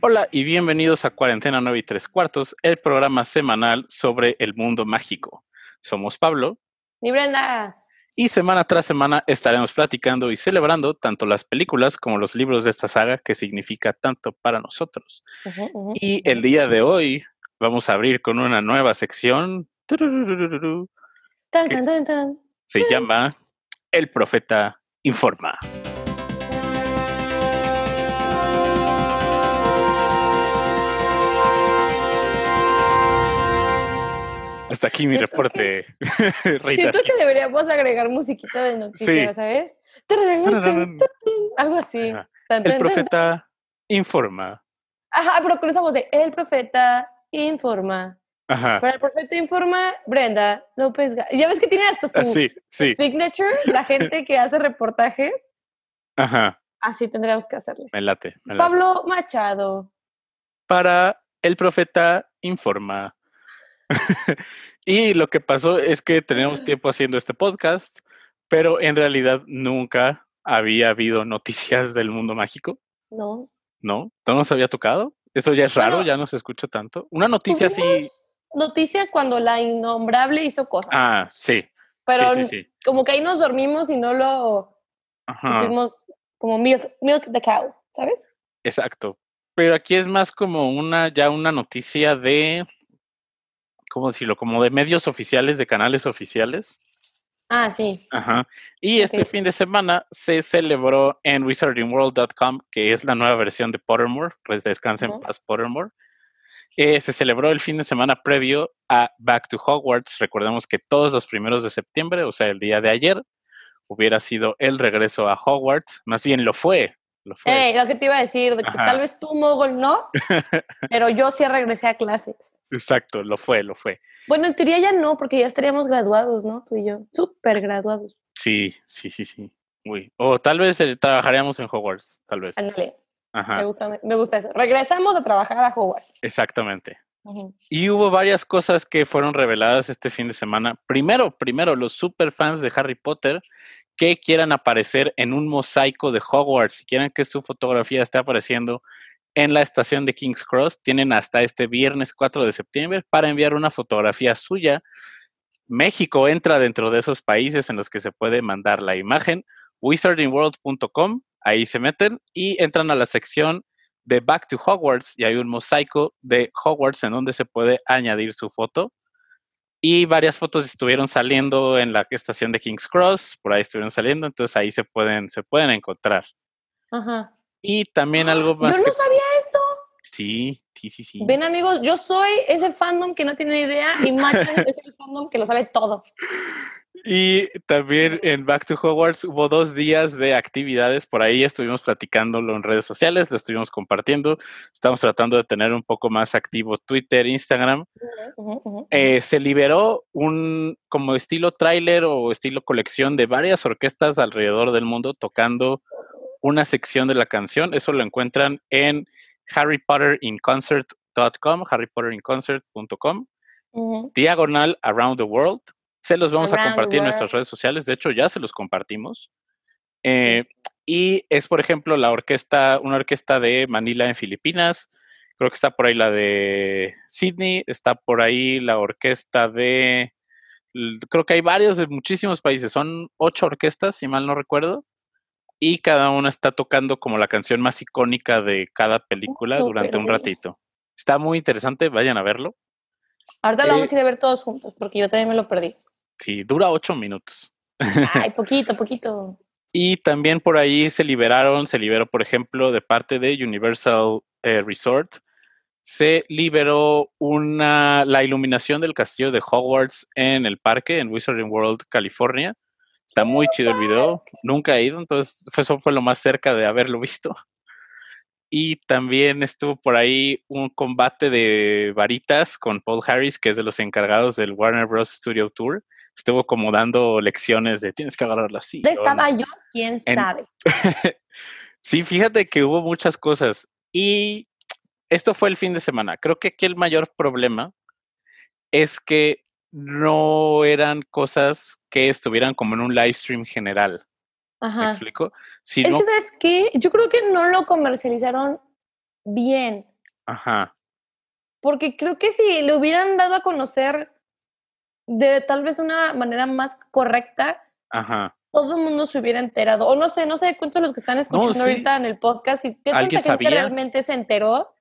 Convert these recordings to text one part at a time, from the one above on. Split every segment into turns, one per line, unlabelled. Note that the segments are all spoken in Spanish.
Hola y bienvenidos a Cuarentena 9 y 3 cuartos, el programa semanal sobre el mundo mágico. Somos Pablo
Y Brenda,
y semana tras semana estaremos platicando y celebrando tanto las películas como los libros de esta saga que significa tanto para nosotros.
Ujú, ujú.
Y el día de hoy vamos a abrir con una nueva sección. Turururururu.
Tan, tan, tan, tan.
Se llama El Profeta Informa. Hasta aquí mi
Siento
reporte.
Siento
reiterativo.
que deberíamos agregar musiquita de noticias,
Sí.
¿sabes? Tararán, tan,
Tararán.
tan, Algo así.
Ajá.
Tan,
El
tan, tan.
Profeta Informa.
Ajá, pero cruzamos de El Profeta Informa.
Ajá.
Para El Profeta Informa, Brenda López. Ga- Ya ves que tiene hasta su,
Así,
su
Ah, sí.
signature, la gente que hace reportajes.
Ajá.
Así tendríamos que hacerle.
Me late. me late.
Pablo Machado.
para el profeta informa. y lo que pasó es que
Ah.
teníamos tiempo haciendo este podcast, pero en realidad nunca había habido noticias del mundo mágico,
No.
¿no? No nos había tocado. Eso ya es raro,
Bueno,
ya no se escucha tanto. Una noticia así.
tuvimos Noticia cuando la innombrable hizo cosas.
Ah, sí.
pero
sí, sí, sí.
como que ahí nos dormimos y no lo
Ajá,
supimos como milk, milk the cow, ¿sabes?
exacto. Pero aquí es más como una, ya una noticia de, ¿cómo decirlo? Como de medios oficiales, de canales oficiales.
Ah, sí.
Ajá. Y este
Ok.
fin de semana se celebró en wizardingworld.com, que es la nueva versión de Pottermore, pues descansa en
Ujú.
paz Pottermore. Eh, se celebró el fin de semana previo a Back to Hogwarts. Recordemos que todos los primeros de septiembre, o sea, el día de ayer, hubiera sido el regreso a Hogwarts. Más bien lo fue, lo fue.
Ey, lo que te iba a decir, de que
Ajá.
tal vez tú, Mogol, no, pero yo sí regresé a clases.
Exacto, lo fue, lo fue.
Bueno, en teoría ya no, porque ya estaríamos graduados, ¿no? Tú y yo. Súper graduados.
Sí, sí, sí, sí. Uy. O tal vez eh, trabajaríamos en Hogwarts, tal vez.
Ándale, me
Ajá,
gusta, me gusta eso. Regresamos a trabajar a Hogwarts.
exactamente. Y hubo varias cosas que fueron reveladas este fin de semana. Primero, primero, los superfans de Harry Potter que quieran aparecer en un mosaico de Hogwarts, si quieren que su fotografía esté apareciendo en la estación de King's Cross, tienen hasta este viernes 4 de septiembre para enviar una fotografía suya. México entra dentro de esos países en los que se puede mandar la imagen. wizardingworld.com, ahí se meten y entran a la sección de Back to Hogwarts y hay un mosaico de Hogwarts en donde se puede añadir su foto. Y varias fotos estuvieron saliendo en la estación de King's Cross, por ahí estuvieron saliendo, entonces ahí se pueden, se pueden encontrar.
Ajá.
Y también algo
Ah, Yo
más que...
no sabía eso.
Sí, sí, sí, sí.
Ven, amigos, yo soy ese fandom que no tiene idea y Macha es el fandom que lo sabe todo.
Y también en Back to Hogwarts hubo dos días de actividades, por ahí estuvimos platicándolo en redes sociales, lo estuvimos compartiendo, estamos tratando de tener un poco más activo Twitter, Instagram,
Ujú, ujú.
eh, se liberó un como estilo tráiler o estilo colección de varias orquestas alrededor del mundo tocando una sección de la canción. Eso lo encuentran en harrypotterinconcert.com, harrypotterinconcert.com,
Ujú.
diagonal around the world. Se los vamos a
Around the
compartir en nuestras
world.
redes sociales. De hecho, ya se los compartimos. Eh, Y es, por ejemplo, la orquesta, una orquesta de Manila en Filipinas. Creo que está por ahí la de Sydney, está por ahí la orquesta de. l- Creo que hay varios de muchísimos países. Son ocho orquestas, si mal no recuerdo. Y cada una está tocando como la canción más icónica de cada película
lo
durante un
perdí.
ratito. Está muy interesante, vayan a verlo.
Ahorita
Eh,
lo vamos a ir a ver todos juntos, porque yo también me lo perdí.
Sí, dura ocho minutos.
Ay, poquito, poquito.
Y también por ahí se liberaron, se liberó, por ejemplo, de parte de Universal eh, Resort, se liberó una, la iluminación del castillo de Hogwarts en el parque, en Wizarding World, California. Está muy chido el video, nunca he ido, entonces fue- eso fue lo más cerca de haberlo visto. Y también estuvo por ahí un combate de varitas con Paul Harris, que es de los encargados del Warner Bros. Studio Tour. Estuvo como dando lecciones de tienes que agarrarla así.
¿Dónde
o no".
estaba yo? ¿Quién
En-
sabe?
Sí, fíjate que hubo muchas cosas. Y esto fue el fin de semana. Creo que aquí el mayor problema es que no eran cosas que estuvieran como en un live stream general. ¿Me
Ajá.
explico?
Es
Sino,
que, ¿sabes qué? Yo creo que no lo comercializaron bien.
Ajá.
Porque creo que si le hubieran dado a conocer de tal vez una manera más correcta,
Ajá.
todo el mundo se hubiera enterado. O no sé, no sé cuántos de los que están escuchando
sí.
ahorita en el podcast y qué tanta
¿Alguien
gente
sabía?
realmente se enteró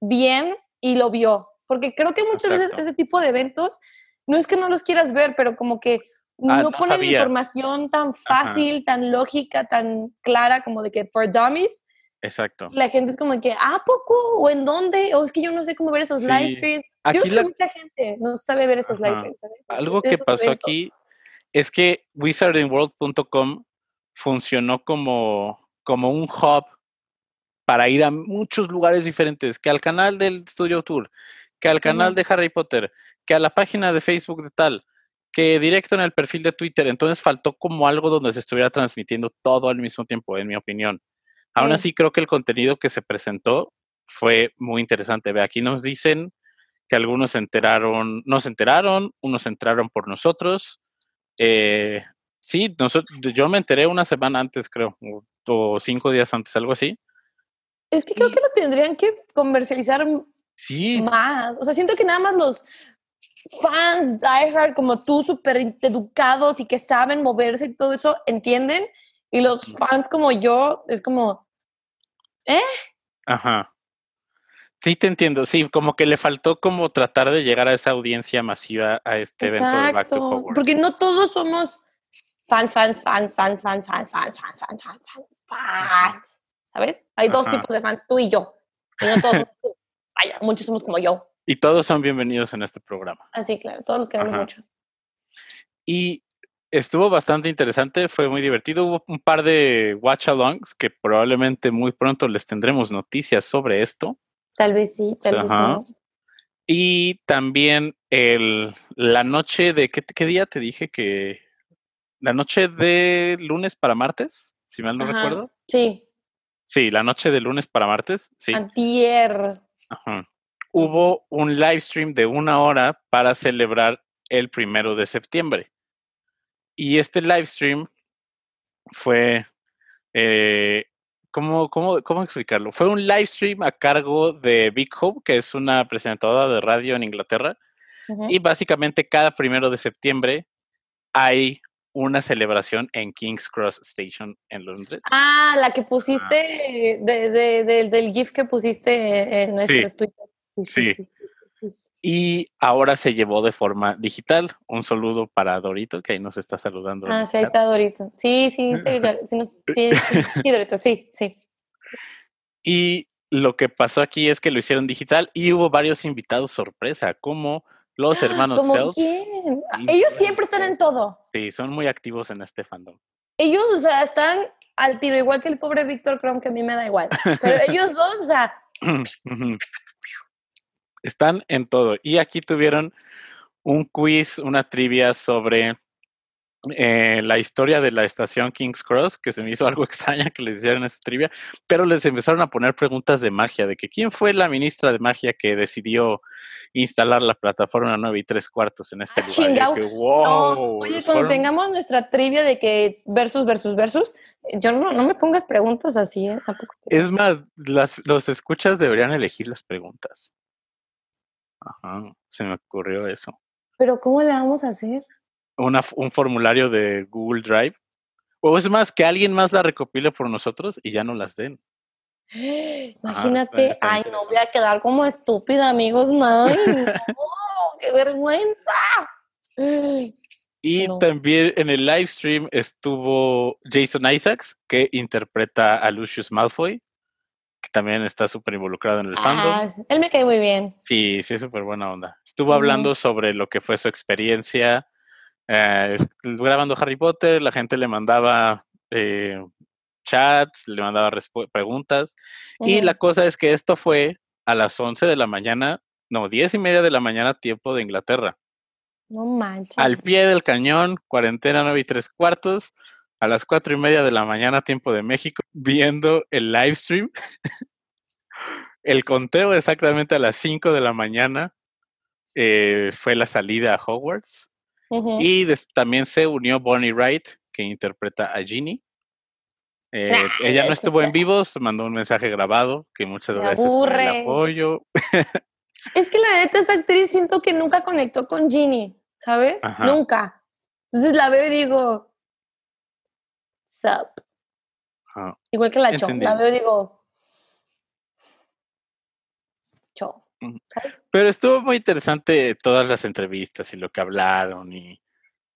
bien y lo vio. Porque creo que muchas veces
Exacto.
este tipo de eventos, no es que no los quieras ver, pero como que
Ah, no
no, ponen
sabías.
información tan fácil, tan lógica, tan clara, como de que for dummies,
Exacto.
la gente es como de que, ¿a poco? ¿O en dónde? O es que yo no sé cómo ver esos
Sí.
live streams. Yo
Aquí
creo
la-
que mucha gente no sabe ver esos live
Ajá.
streams. ¿sabes?
algo que
Esos
pasó
eventos.
aquí es que wizardingworld.com funcionó como, como un hub para ir a muchos lugares diferentes, que al canal del Studio Tour, que al canal
Ujú.
de Harry Potter, que a la página de Facebook de tal, que directo en el perfil de Twitter. Entonces faltó como algo donde se estuviera transmitiendo todo al mismo tiempo, en mi opinión. Aún
Sí.
así, creo que el contenido que se presentó fue muy interesante. Ve, aquí nos dicen que algunos se enteraron, nos enteraron, unos entraron por nosotros. Eh, sí, nosotros, yo me enteré una semana antes, creo, o- o cinco días antes, algo así.
Es que creo
Y-
que lo tendrían que comercializar m-
Sí,
más. O sea, siento que nada más los fans diehard como tú, súper in- educados y que saben moverse y todo eso, entienden. Y los fans como yo, es como,
ajá. Sí, te entiendo. Sí, como que le faltó como tratar de llegar a esa audiencia masiva a este evento de Back to
exacto.
Hogwarts.
Porque no todos somos fans, fans, fans, fans, fans, fans, fans, fans, fans, fans, fans,
Ajá.
fans. ¿Sabes? Hay dos
Ajá.
tipos de fans, tú y yo. Y no todos somos tú. Vaya, muchos somos como yo.
Y todos son bienvenidos en este programa.
Así, claro, todos los queremos
Ajá.
mucho.
Y estuvo bastante interesante, fue muy divertido. Hubo un par de watch alongs que probablemente muy pronto les tendremos noticias sobre esto.
Tal vez sí, tal vez
Ajá.
no.
Y también el, la noche de, ¿qué, qué día te dije que? La noche de lunes para martes, si mal no
Ajá.
recuerdo.
Sí,
Sí, la noche de lunes para martes, sí.
antier.
Ajá. Hubo un live stream de una hora para celebrar el primero de septiembre. Y este live stream fue, eh, ¿cómo, cómo, cómo explicarlo? Fue un live stream a cargo de Big Hope, que es una presentadora de radio en Inglaterra.
Ujú.
Y básicamente cada primero de septiembre hay una celebración en King's Cross Station en Londres.
Ah, la que pusiste, de, de- de- del GIF que pusiste en nuestros Twitter.
Sí.
Sí, sí, sí, sí, sí.
Y ahora se llevó de forma digital. Un saludo para Dorito, que ahí nos está saludando. en
Ah,
el
sí, ahí
chat.
está Dorito. Sí, sí, te- sí, nos- sí, sí, sí, Dorito, sí, sí.
Y lo que pasó aquí es que lo hicieron digital y hubo varios invitados sorpresa, como
¡Ah!
los hermanos
¿Como
Phelps.
quién? Ah,
Sí,
Ellos
claro,
siempre están en todo.
Sí, son muy activos en este fandom.
Ellos, o sea, están al tiro, igual que el pobre Víctor Crom, que a mí me da igual. Pero ellos dos, o sea,
Ujú. Están en todo. Y aquí tuvieron un quiz, una trivia sobre eh, la historia de la estación King's Cross, que se me hizo algo extraña que les hicieran esa trivia, pero les empezaron a poner preguntas de magia, de que quién fue la ministra de magia que decidió instalar la plataforma 9 y 3 cuartos en este
Ah,
lugar. Y
chingao.
yo dije,
No,
wow.
Oye, cuando
Oh, fueron-
tengamos nuestra trivia de que versus, versus, versus, yo no, no me pongas preguntas así, ¿eh? Tampoco te-
Es más, las, los escuchas deberían elegir las preguntas. Ajá, se me ocurrió eso.
Pero ¿cómo le vamos a hacer?
Una f- un formulario de Google Drive. O es más, que alguien más la recopile por nosotros y ya no las den.
Imagínate,
Ah, está
ay, no voy a quedar como estúpida, amigos, no, ay, no, qué vergüenza.
Y
No.
también en el live stream estuvo Jason Isaacs, que interpreta a Lucius Malfoy, que también está súper involucrado en el
Ah,
fandom.
sí, él me cae muy bien.
Sí, sí, es súper buena onda. Estuvo
Ujú.
hablando sobre lo que fue su experiencia eh, es- grabando Harry Potter, la gente le mandaba eh, chats, le mandaba respu- preguntas. Y la
Ujú.
cosa es que esto fue a las 11 de la mañana, no, 10 y media de la mañana, tiempo de Inglaterra
No manches.
al pie del cañón, cuarentena 9 y tres cuartos, a las cuatro y media de la mañana, tiempo de México, viendo el live stream. el conteo exactamente a las 5 de la mañana eh, fue la salida a Hogwarts.
Ujú.
Y des- también se unió Bonnie Wright, que interpreta a Ginny. Eh,
Ah,
ella no estuvo en vivo, se mandó un mensaje grabado, que muchas
Me
gracias por el
aburre.
apoyo.
Es que la neta, esa actriz siento que nunca conectó con Ginny, ¿sabes?
Ajá.
Nunca. Entonces la veo y digo, sup.
Ajá.
Igual que la Cho. La
Entendible.
veo y digo, Cho.
Ujú.
¿sabes?
Pero estuvo muy interesante todas las entrevistas y lo que hablaron y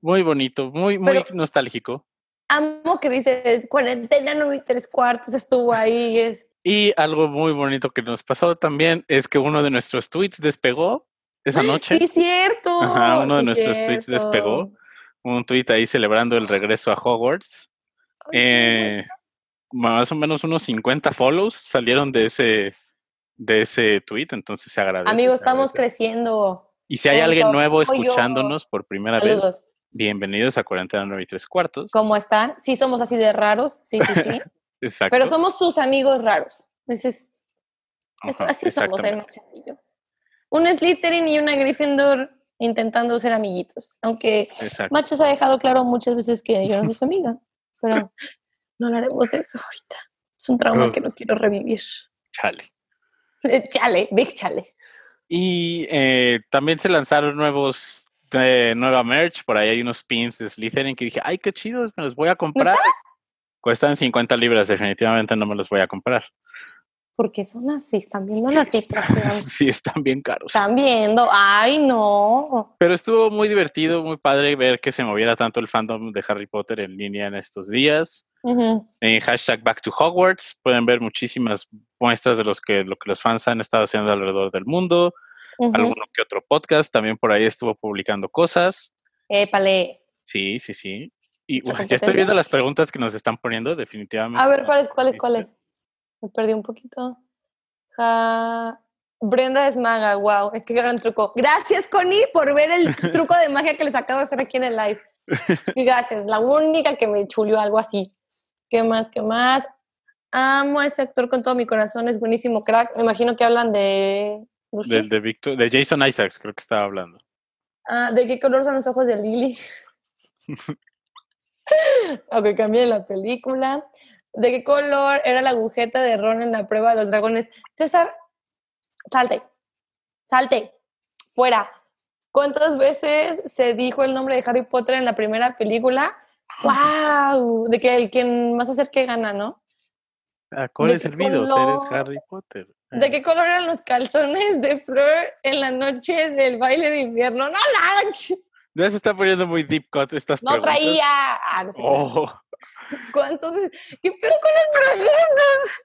muy bonito, muy, muy
Pero-
nostálgico.
Amo que dices, cuarentena, no y tres cuartos, estuvo ahí. Es,
Y algo muy bonito que nos pasó también es que uno de nuestros tweets despegó esa noche.
¡Ah! Sí, cierto.
Ajá, uno de
sí,
nuestros tweets despegó.
cierto.
Un tweet ahí celebrando el regreso a Hogwarts.
Ay,
Eh, más o menos unos 50 follows salieron de ese, de ese tweet, entonces se agradece.
Amigos,
se
estamos
agradece.
creciendo.
Y si hay
todos
alguien
los
nuevo
apoyo.
escuchándonos por primera vez,
Saludos.
bienvenidos a 49 y 3 cuartos.
¿Cómo están? Sí, somos así de raros. Sí, sí, sí.
Exacto.
Pero somos sus amigos raros. Entonces, eso-
Ajá,
así somos ¿eh? el
exactamente.
Nachas y yo. Un Slytherin y una Gryffindor intentando ser amiguitos. Aunque
Exacto.
Machas ha dejado claro muchas veces que yo no soy su amiga. Pero no hablaremos de eso ahorita. Es un trauma
Uf.
que no quiero revivir.
Chale.
Chale, big chale.
Y eh, también se lanzaron nuevos, eh, nueva merch. Por ahí hay unos pins de Slytherin que dije, ay, qué chidos, me los voy a comprar. Cuestan 50 libras, definitivamente no me los voy a comprar.
Porque son así, están viendo la situación.
Sí, están bien caros.
Están viendo, ay no.
Pero estuvo muy divertido, muy padre ver que se moviera tanto el fandom de Harry Potter en línea en estos días.
Ujú.
En hashtag Back to Hogwarts pueden ver muchísimas muestras de los que, lo que los fans han estado haciendo alrededor del mundo.
Ujú.
Alguno que otro podcast también por ahí estuvo publicando cosas.
Épale.
Sí, sí, sí. Y
Mucha
uf, ya estoy
competencia.
viendo las preguntas que nos están poniendo, definitivamente.
A ver,
están-
¿cuáles, cuáles,
sí,
cuáles? Me perdí un poquito. Ja- Brenda es maga, wow, es que gran truco. Gracias, Connie, por ver el truco de magia que les acabo de hacer aquí en el live. Gracias, la única que me chulió algo así. ¿Qué más? ¿Qué más? Amo a ese actor con todo mi corazón, es buenísimo, crack. Me imagino que hablan de.
Del
¿Lucius?
de, Victor- de Jason Isaacs, creo que estaba hablando.
Ah, ¿De qué color son los ojos de Lily? Aunque cambie la película. ¿De qué color era la agujeta de Ron en la prueba de los dragones? César, salte, salte, fuera. ¿Cuántas veces se dijo el nombre de Harry Potter en la primera película? ¡Wow! De que el quien más se acerque gana, ¿no?
Ah, ¿Cuál
¿De
es
qué
el video?
color?
Eres Harry Potter.
¿De
Ah,
qué color eran los calzones de Fleur en la noche del baile de invierno? ¡No la hagan! ch-
Ya se está poniendo muy deep cut estas
¡No
preguntas.
traía! Ah, no sé.
Oh.
¿Cuántos? ¿Qué pedo con las preguntas?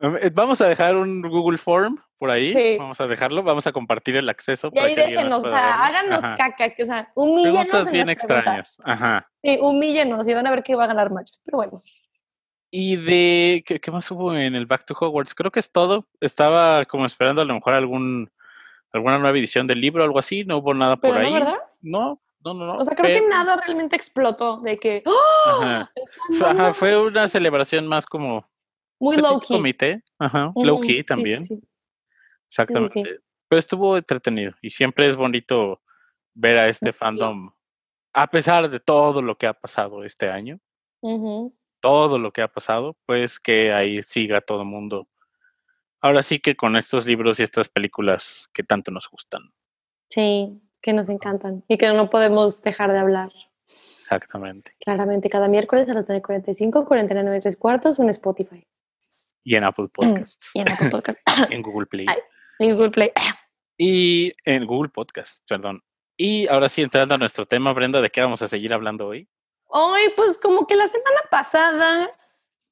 Um, eh, Vamos a dejar un Google Form por ahí.
Sí.
Vamos a dejarlo. Vamos a compartir el acceso.
Y ahí
que alguien más
déjenos, o
pueda
sea,
verlo.
háganos
Ajá.
caca, que, o sea, humíllanos
Preguntas
en
bien
las preguntas.
extrañas. Ajá.
Sí, humíllanos y van a ver que va a ganar machos, pero bueno.
Y de. ¿qué, qué más hubo en el Back to Hogwarts? Creo que es todo. Estaba como esperando a lo mejor algún alguna nueva edición del libro, algo así. No hubo nada
Pero
por
no,
ahí.
¿verdad?
No, no, no, no.
O sea, creo
pero-
que nada realmente explotó de que ¡Oh!
ajá.
El
Fue,
fandom
ajá, fue una celebración más como
muy
petit
low key.
comité. Ajá.
Ujú,
Low
sí,
key
sí,
también.
sí.
Exactamente. Pero estuvo entretenido. Y siempre es bonito ver a este
Muy bien.
fandom. A pesar de todo lo que ha pasado este año,
Ujú.
todo lo que ha pasado, pues que ahí siga todo el mundo. Ahora sí que con estos libros y estas películas que tanto nos gustan.
Sí, que nos encantan y que no podemos dejar de hablar.
Exactamente.
Claramente, cada miércoles a las 9.45, 49 y 3 cuartos, un Spotify.
Y en Apple Podcasts,
Y en Apple Podcast.
en Google Play.
Mm, Ay. en Google Play.
Y en Google Podcasts, perdón. Y ahora sí, entrando a nuestro tema, Brenda, ¿de qué vamos a seguir hablando hoy?
Hoy, pues como que la semana pasada,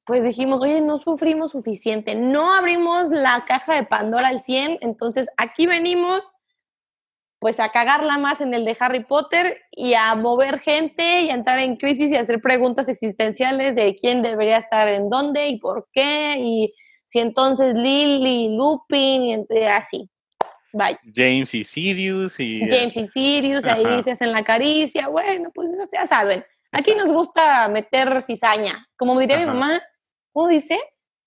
pues dijimos, oye, no sufrimos suficiente, no abrimos la caja de Pandora al 100, entonces aquí venimos pues a cagarla más en el de Harry Potter y a mover gente y a entrar en crisis y a hacer preguntas existenciales de quién debería estar en dónde y por qué y si entonces Lily, Lupin y ent- así. Vaya.
James y Sirius y... eh,
James y Sirius,
Ajá.
ahí se hacen la caricia, bueno, pues eso ya saben. Aquí nos gusta meter cizaña. Como diría mi
Ajá.
mamá, ¿cómo dice?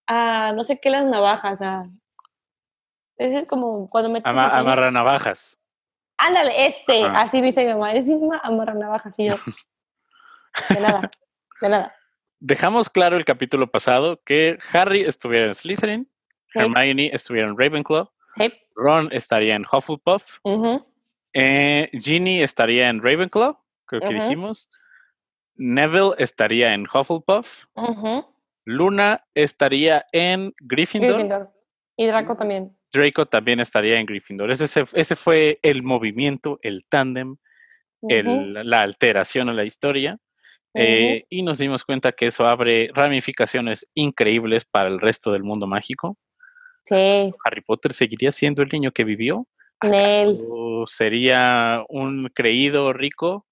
Ah, no sé qué las navajas. ah. Es como cuando metes
ama-
cizaña.
amarra navajas.
Ándale, este,
Ajá.
así dice mi mamá. Es mi mamá amarra navajas y yo. De nada, de nada.
dejamos claro el capítulo pasado que Harry estuviera en Slytherin,
Sí.
Hermione estuviera en Ravenclaw,
Sí.
Ron estaría en Hufflepuff,
Ujú.
eh, Ginny estaría en Ravenclaw, creo que
Ujú.
dijimos, Neville estaría en Hufflepuff,
Ujú.
Luna estaría en Gryffindor,
Gryffindor. Y Draco también.
Draco también estaría en Gryffindor. Ese, se- ese fue el movimiento, el tándem,
Ujú.
el- la alteración a la historia. eh, y nos dimos cuenta que eso abre ramificaciones increíbles para el resto del mundo mágico.
Sí,
Harry Potter seguiría siendo el niño que vivió.
Nel.
¿O sería un creído rico?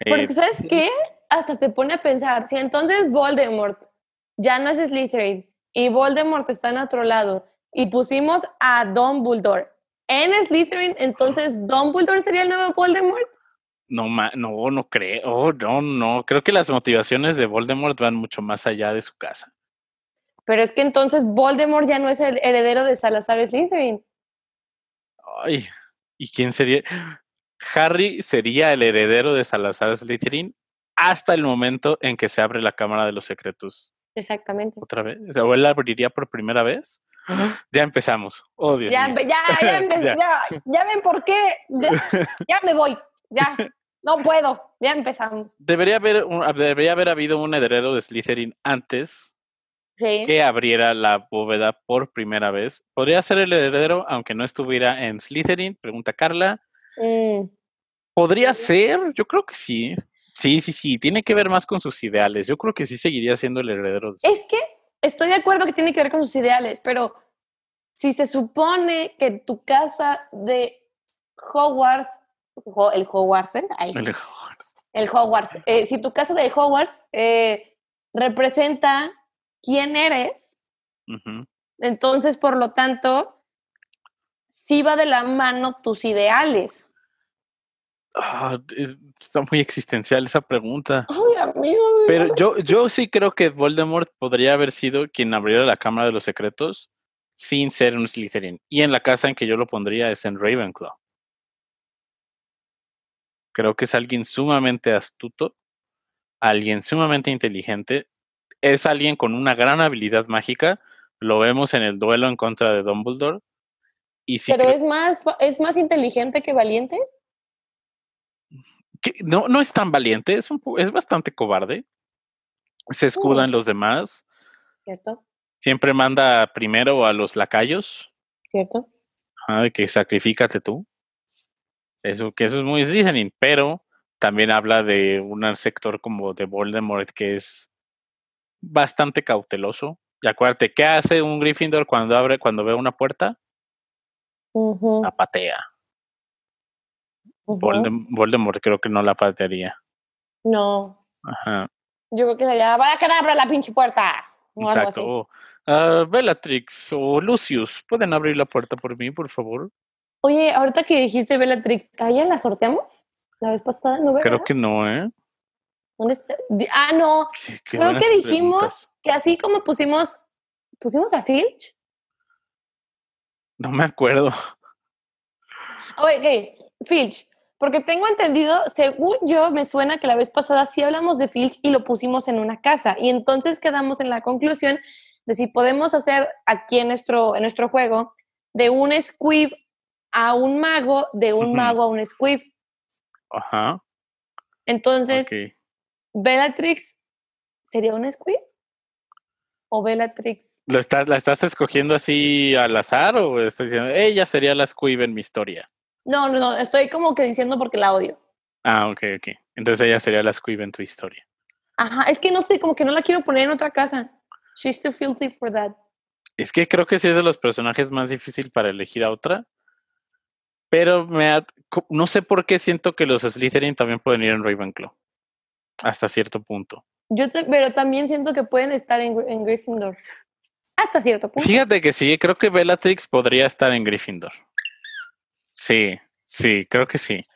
Eh,
Porque, ¿sabes qué? Hasta te pone a pensar, si entonces Voldemort ya no es Slytherin y Voldemort está en otro lado y pusimos a Dumbledore en Slytherin, entonces Dumbledore sería el nuevo Voldemort.
no, ma- no, no creo, oh, no, no. Creo que las motivaciones de Voldemort van mucho más allá de su casa.
Pero es que entonces Voldemort ya no es el heredero de Salazar Slytherin.
Ay, ¿y quién sería? Harry sería el heredero de Salazar Slytherin hasta el momento en que se abre la Cámara de los Secretos
Exactamente.
otra vez. O sea, o él la abriría por primera vez. Ya empezamos. Oh, Dios
Ya,
mío.
empe- ya, ya, empe-
Ya.
ya, ya ven por qué. Ya, ya me voy. Ya. No puedo. Ya empezamos.
Debería haber, un- ah, debería haber habido un heredero de Slytherin antes
Sí.
que abriera la bóveda por primera vez. Podría ser el heredero, aunque no estuviera en Slytherin, pregunta Carla.
Mm.
¿Podría ser? Yo creo que sí. Sí, sí, sí. Tiene que ver más con sus ideales. Yo creo que sí seguiría siendo el heredero. de
Es que estoy de acuerdo que tiene que ver con sus ideales, pero si se supone que tu casa de Hogwarts, Ho- el Hogwarts, ¿eh? Ay,
El-
el Hogwarts, eh, si tu casa de Hogwarts eh, representa quién eres,
Ujú.
entonces por lo tanto, sí va de la mano tus ideales.
Ah, es- está muy existencial esa pregunta.
Ay, amigos.
Pero yo, yo sí creo que Voldemort podría haber sido quien abriera la Cámara de los Secretos sin ser un Slytherin. Y en la casa en que yo lo pondría es en Ravenclaw. Creo que es alguien sumamente astuto, alguien sumamente inteligente, es alguien con una gran habilidad mágica. Lo vemos en el duelo en contra de Dumbledore. Y sí
Pero
creo-
es más, es más inteligente que valiente.
que no, no es tan valiente, es, un, po- es bastante cobarde. Se escuda en los demás,
Cierto,
siempre manda primero a los lacayos.
cierto.
Ajá, de que sacrificate tú. Eso, que eso es muy Slytherin, pero también habla de un sector como de Voldemort que es bastante cauteloso. Y acuérdate, ¿qué hace un Gryffindor cuando abre, cuando ve una puerta?
Ujú,
La patea.
ujú.
Voldem- Ah, Voldemort creo que no la patearía.
No,
Ajá,
Yo creo que sería, vaya cadabra la pinche puerta. O algo
exacto.
así.
O, "Ah, Bellatrix o Lucius, ¿pueden abrir la puerta por mí, por favor?
Oye, ahorita que dijiste Bellatrix, ¿a ella la sorteamos? ¿La vez pasada? ¿No, verdad?
Creo que no, ¿eh?
¿Dónde está? Di- Ah, no,
Qué- qué
Creo que
buenas
dijimos-
preguntas.
que así como pusimos, pusimos a Filch.
No me acuerdo.
Oye, ok, Filch, porque tengo entendido, según yo, me suena que la vez pasada sí hablamos de Filch y lo pusimos en una casa. Y entonces quedamos en la conclusión de si podemos hacer aquí en nuestro, en nuestro juego de un squib a un mago, de un
Ujú.
mago a un squib.
Ajá.
Entonces,
ok.
Bellatrix sería un squid o Bellatrix
¿Lo estás, ¿La estás escogiendo así al azar o estás diciendo, ella sería la Squib en mi historia?
no no no estoy como que diciendo porque la odio
Ah, ok, ok. Entonces ella sería la Squib en tu historia.
ajá es que no sé como que no la quiero poner en otra casa she's too filthy for that
Es que creo que sí es de los personajes más difícil para elegir a otra. Pero me ha- co- no sé por qué siento que los Slytherin también pueden ir en Ravenclaw. Hasta cierto punto.
yo te- pero también siento que pueden estar en, Gry- en Gryffindor hasta cierto punto
Fíjate que sí, creo que Bellatrix podría estar en Gryffindor. Sí, sí, creo que sí.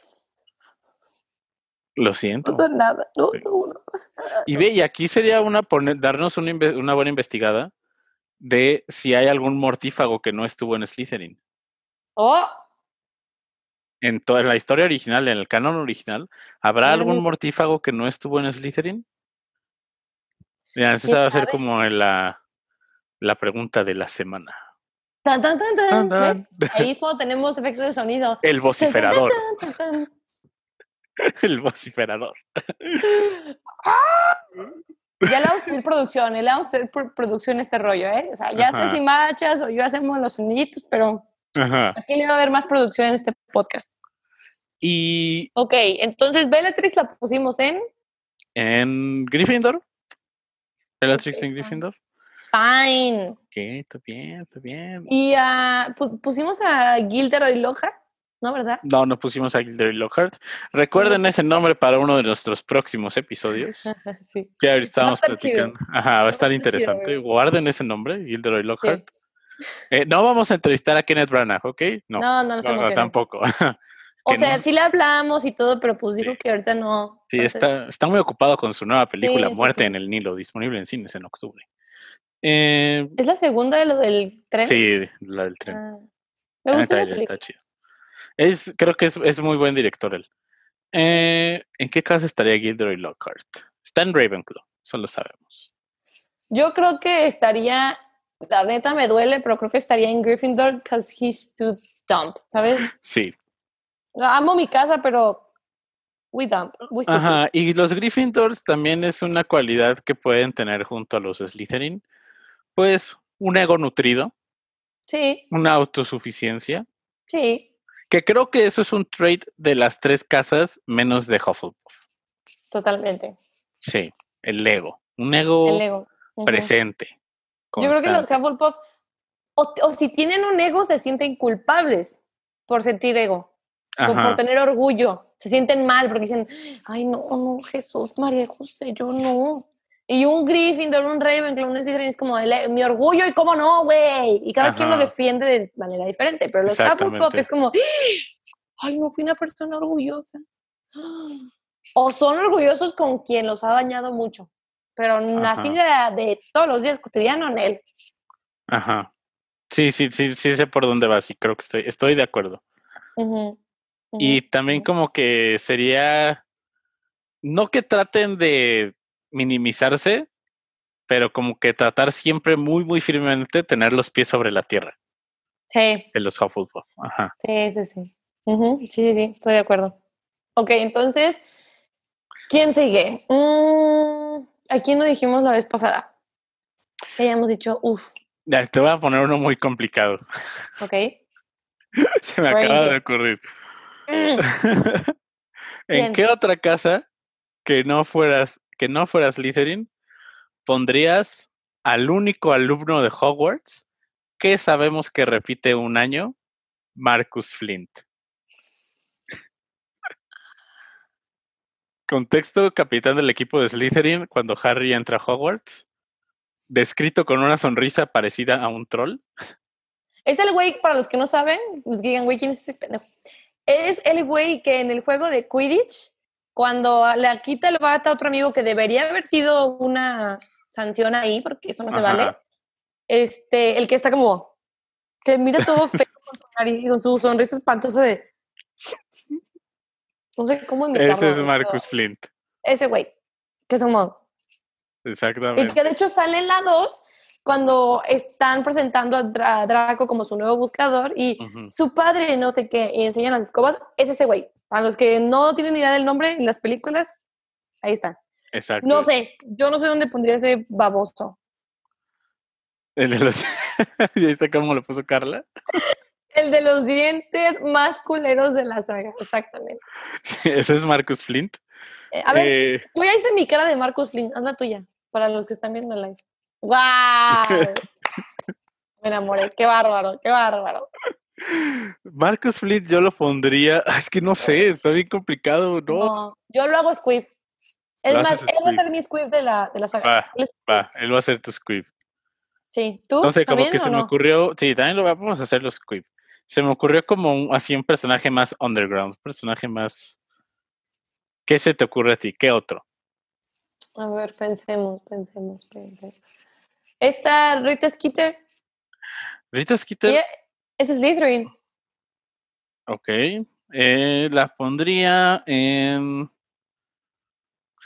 Lo siento.
no pasa nada no
Sí.
no, no pasa nada
Y ve, y aquí sería una pone- darnos una, inve- una buena investigada de si hay algún mortífago que no estuvo en Slytherin.
oh
En toda la historia original, en el canon original, ¿habrá
Ah,
algún
no.
mortífago que no estuvo en Slytherin? Mira, esa va a ser como la, la pregunta de la semana.
Tan, tan, tan, tan.
Tan, tan.
¿Ves? Ahí es cuando tenemos efectos de sonido.
El vociferador.
Tan, tan, tan, tan.
El vociferador.
Ya le vamos a hacer producción, le vamos a hacer pro- producción a este rollo, ¿eh? O sea, ya
Ajá.
sé si machas o yo hacemos los soniditos, pero
Ajá.
aquí le va a haber más producción en este podcast.
Y
Ok, entonces Bellatrix la pusimos en
en Gryffindor. Bellatrix
Ok,
en
fine.
Gryffindor.
Fine.
Ok, está bien, está bien.
Y ah, pu- pusimos a Gilderoy Loja, ¿no, verdad?
No, no pusimos a Gilderoy Lockhart. Recuerden ese nombre para uno de nuestros próximos episodios.
sí.
Que ahorita estábamos
estar chido.
platicando. Ajá, va a estar
estar chido,
interesante.
güey.
Guarden ese nombre, Gilderoy Lockhart. Eh, no vamos a entrevistar a Kenneth Branagh, ¿ok? No, no,
No, no nos
no,
emocionemos.
tampoco.
O
que
sea,
no.
sí le hablamos y todo, pero pues dijo
Sí.
que ahorita no.
Sí,
Entonces,
está, está muy ocupado con su nueva película,
sí,
Muerte
sí.
en el Nilo, disponible en cines en octubre. Eh,
¿Es la segunda de lo del tren?
sí, la del tren.
Ah. Me
Ah,
gustó la
Tyler
película.
está chido. Es, creo que es, es muy buen director él. Eh, ¿En qué casa estaría Gilderoy Lockhart? Está en Ravenclaw, eso lo sabemos.
Yo creo que estaría, la neta me duele, pero creo que estaría en Gryffindor because he's too dumb, ¿sabes?
Sí.
Amo mi casa, pero we dumb. We stupid.
Ajá, y los Gryffindors también es una cualidad que pueden tener junto a los Slytherin. Pues un ego nutrido,
Sí,
una autosuficiencia,
sí,
que creo que eso es un trait de las tres casas menos de Hufflepuff.
totalmente.
Sí, el ego. Un ego,
El ego. Ujú.
presente.
Yo creo que los
constante.
Hufflepuff, o, o si tienen un ego, se sienten culpables por sentir ego, o por
Ajá.
tener orgullo. Se sienten mal porque dicen, ay, no, no, Jesús, María José, yo no. Y un Gryffindor, un Ravenclaw, un Slytherin es como el- mi orgullo y cómo no, güey. Y cada quien lo
Ajá.
defiende de manera diferente, pero los Hufflepuff
Exactamente.
es como, ay, no fui una persona orgullosa. O son orgullosos con quien los ha dañado mucho, pero así de, de todos los días cotidiano en él.
Ajá. Sí, sí, sí, sí sé por dónde vas y creo que estoy, estoy de acuerdo.
Ujú, ujú.
Y también
ujú.
como que sería, no que traten de minimizarse, pero como que tratar siempre muy, muy firmemente tener los pies sobre la tierra
Sí,
de los Hufflepuff. Ajá.
sí, sí, sí. Ujú, Sí, sí, sí, estoy de acuerdo. Ok, entonces, ¿quién sigue? Mm, ¿A quién lo dijimos la vez pasada? Que ya hemos dicho, uff,
Ya, Te voy a poner uno muy complicado.
ok.
Se me acaba de
Randy.
ocurrir.
Mm,
¿En
Bien.
qué otra casa que no fueras, que no fueras Slytherin, pondrías al único alumno de Hogwarts que sabemos que repite un año, Marcus Flint? Contexto, capitán del equipo de Slytherin cuando Harry entra a Hogwarts, descrito con una sonrisa parecida a un troll.
Es el güey, para los que no saben, los que digan, güey, ¿quién es ese pendejo? Es el güey que en el juego de Quidditch, cuando le quita el bata a otro amigo que debería haber sido una sanción ahí, porque eso no se vale,
Ajá.
este, el que está como, que mira todo feo con su nariz, con su sonrisa espantosa de... No sé cómo imitarlo.
Ese es
pero
Marcus Flint,
Ese güey, que es como... Y
exactamente.
que de hecho sale en la 2 cuando están presentando a, Dra- a Draco como su nuevo buscador y
Ujú.
su padre no sé qué y enseñan las escobas. Es ese güey. Para los que no tienen idea del nombre en las películas, ahí está.
Exacto.
No sé, yo no sé dónde pondría ese baboso.
El de los... ¿Ya viste cómo lo puso Carla?
El de los dientes más culeros de la saga, exactamente.
Sí, ese es Marcus Flint.
Eh, a ver,
Eh,
yo ya hice mi cara de Marcus Flynn, haz la tuya, para los que están viendo el live. ¡Wow! Me enamoré, qué bárbaro, qué bárbaro.
Marcus Flint yo lo pondría... Es que no sé, está bien complicado, ¿no?
No, yo lo hago squib. Es
Lo
más,
haces
él va a
squib.
ser mi squib de la, de la saga.
Va,
Él es-
va, él va a hacer tu squib.
Sí, tú
No sé, como
también
que
o
se me
no?
ocurrió... Sí, también lo vamos a hacer los squib. Se me ocurrió como un- así un personaje más underground, un personaje más... ¿Qué se te ocurre a ti? ¿Qué otro?
A ver, pensemos, pensemos, pensemos. Esta Rita Skeeter,
Rita Skeeter,
ella- es Slytherin.
ok. Eh, la pondría en...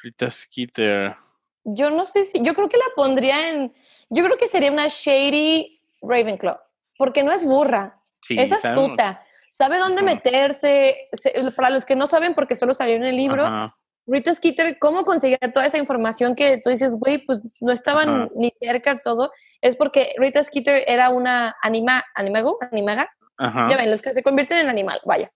Rita Skeeter.
yo no sé si, yo creo que la pondría en, yo creo que sería una Shady Ravenclaw, porque no es burra,
Sí,
es
sabemos.
astuta, sabe dónde
Ajá.
meterse. Se- para los que no saben, porque solo salió en el libro,
Ajá.
Rita Skeeter, ¿cómo conseguía toda esa información que tú dices, güey, pues no estaban
Ajá.
ni cerca todo? Es porque Rita Skeeter era una anima, animago, animaga,
Ajá.
ya ven, los que se convierten en animal, vaya.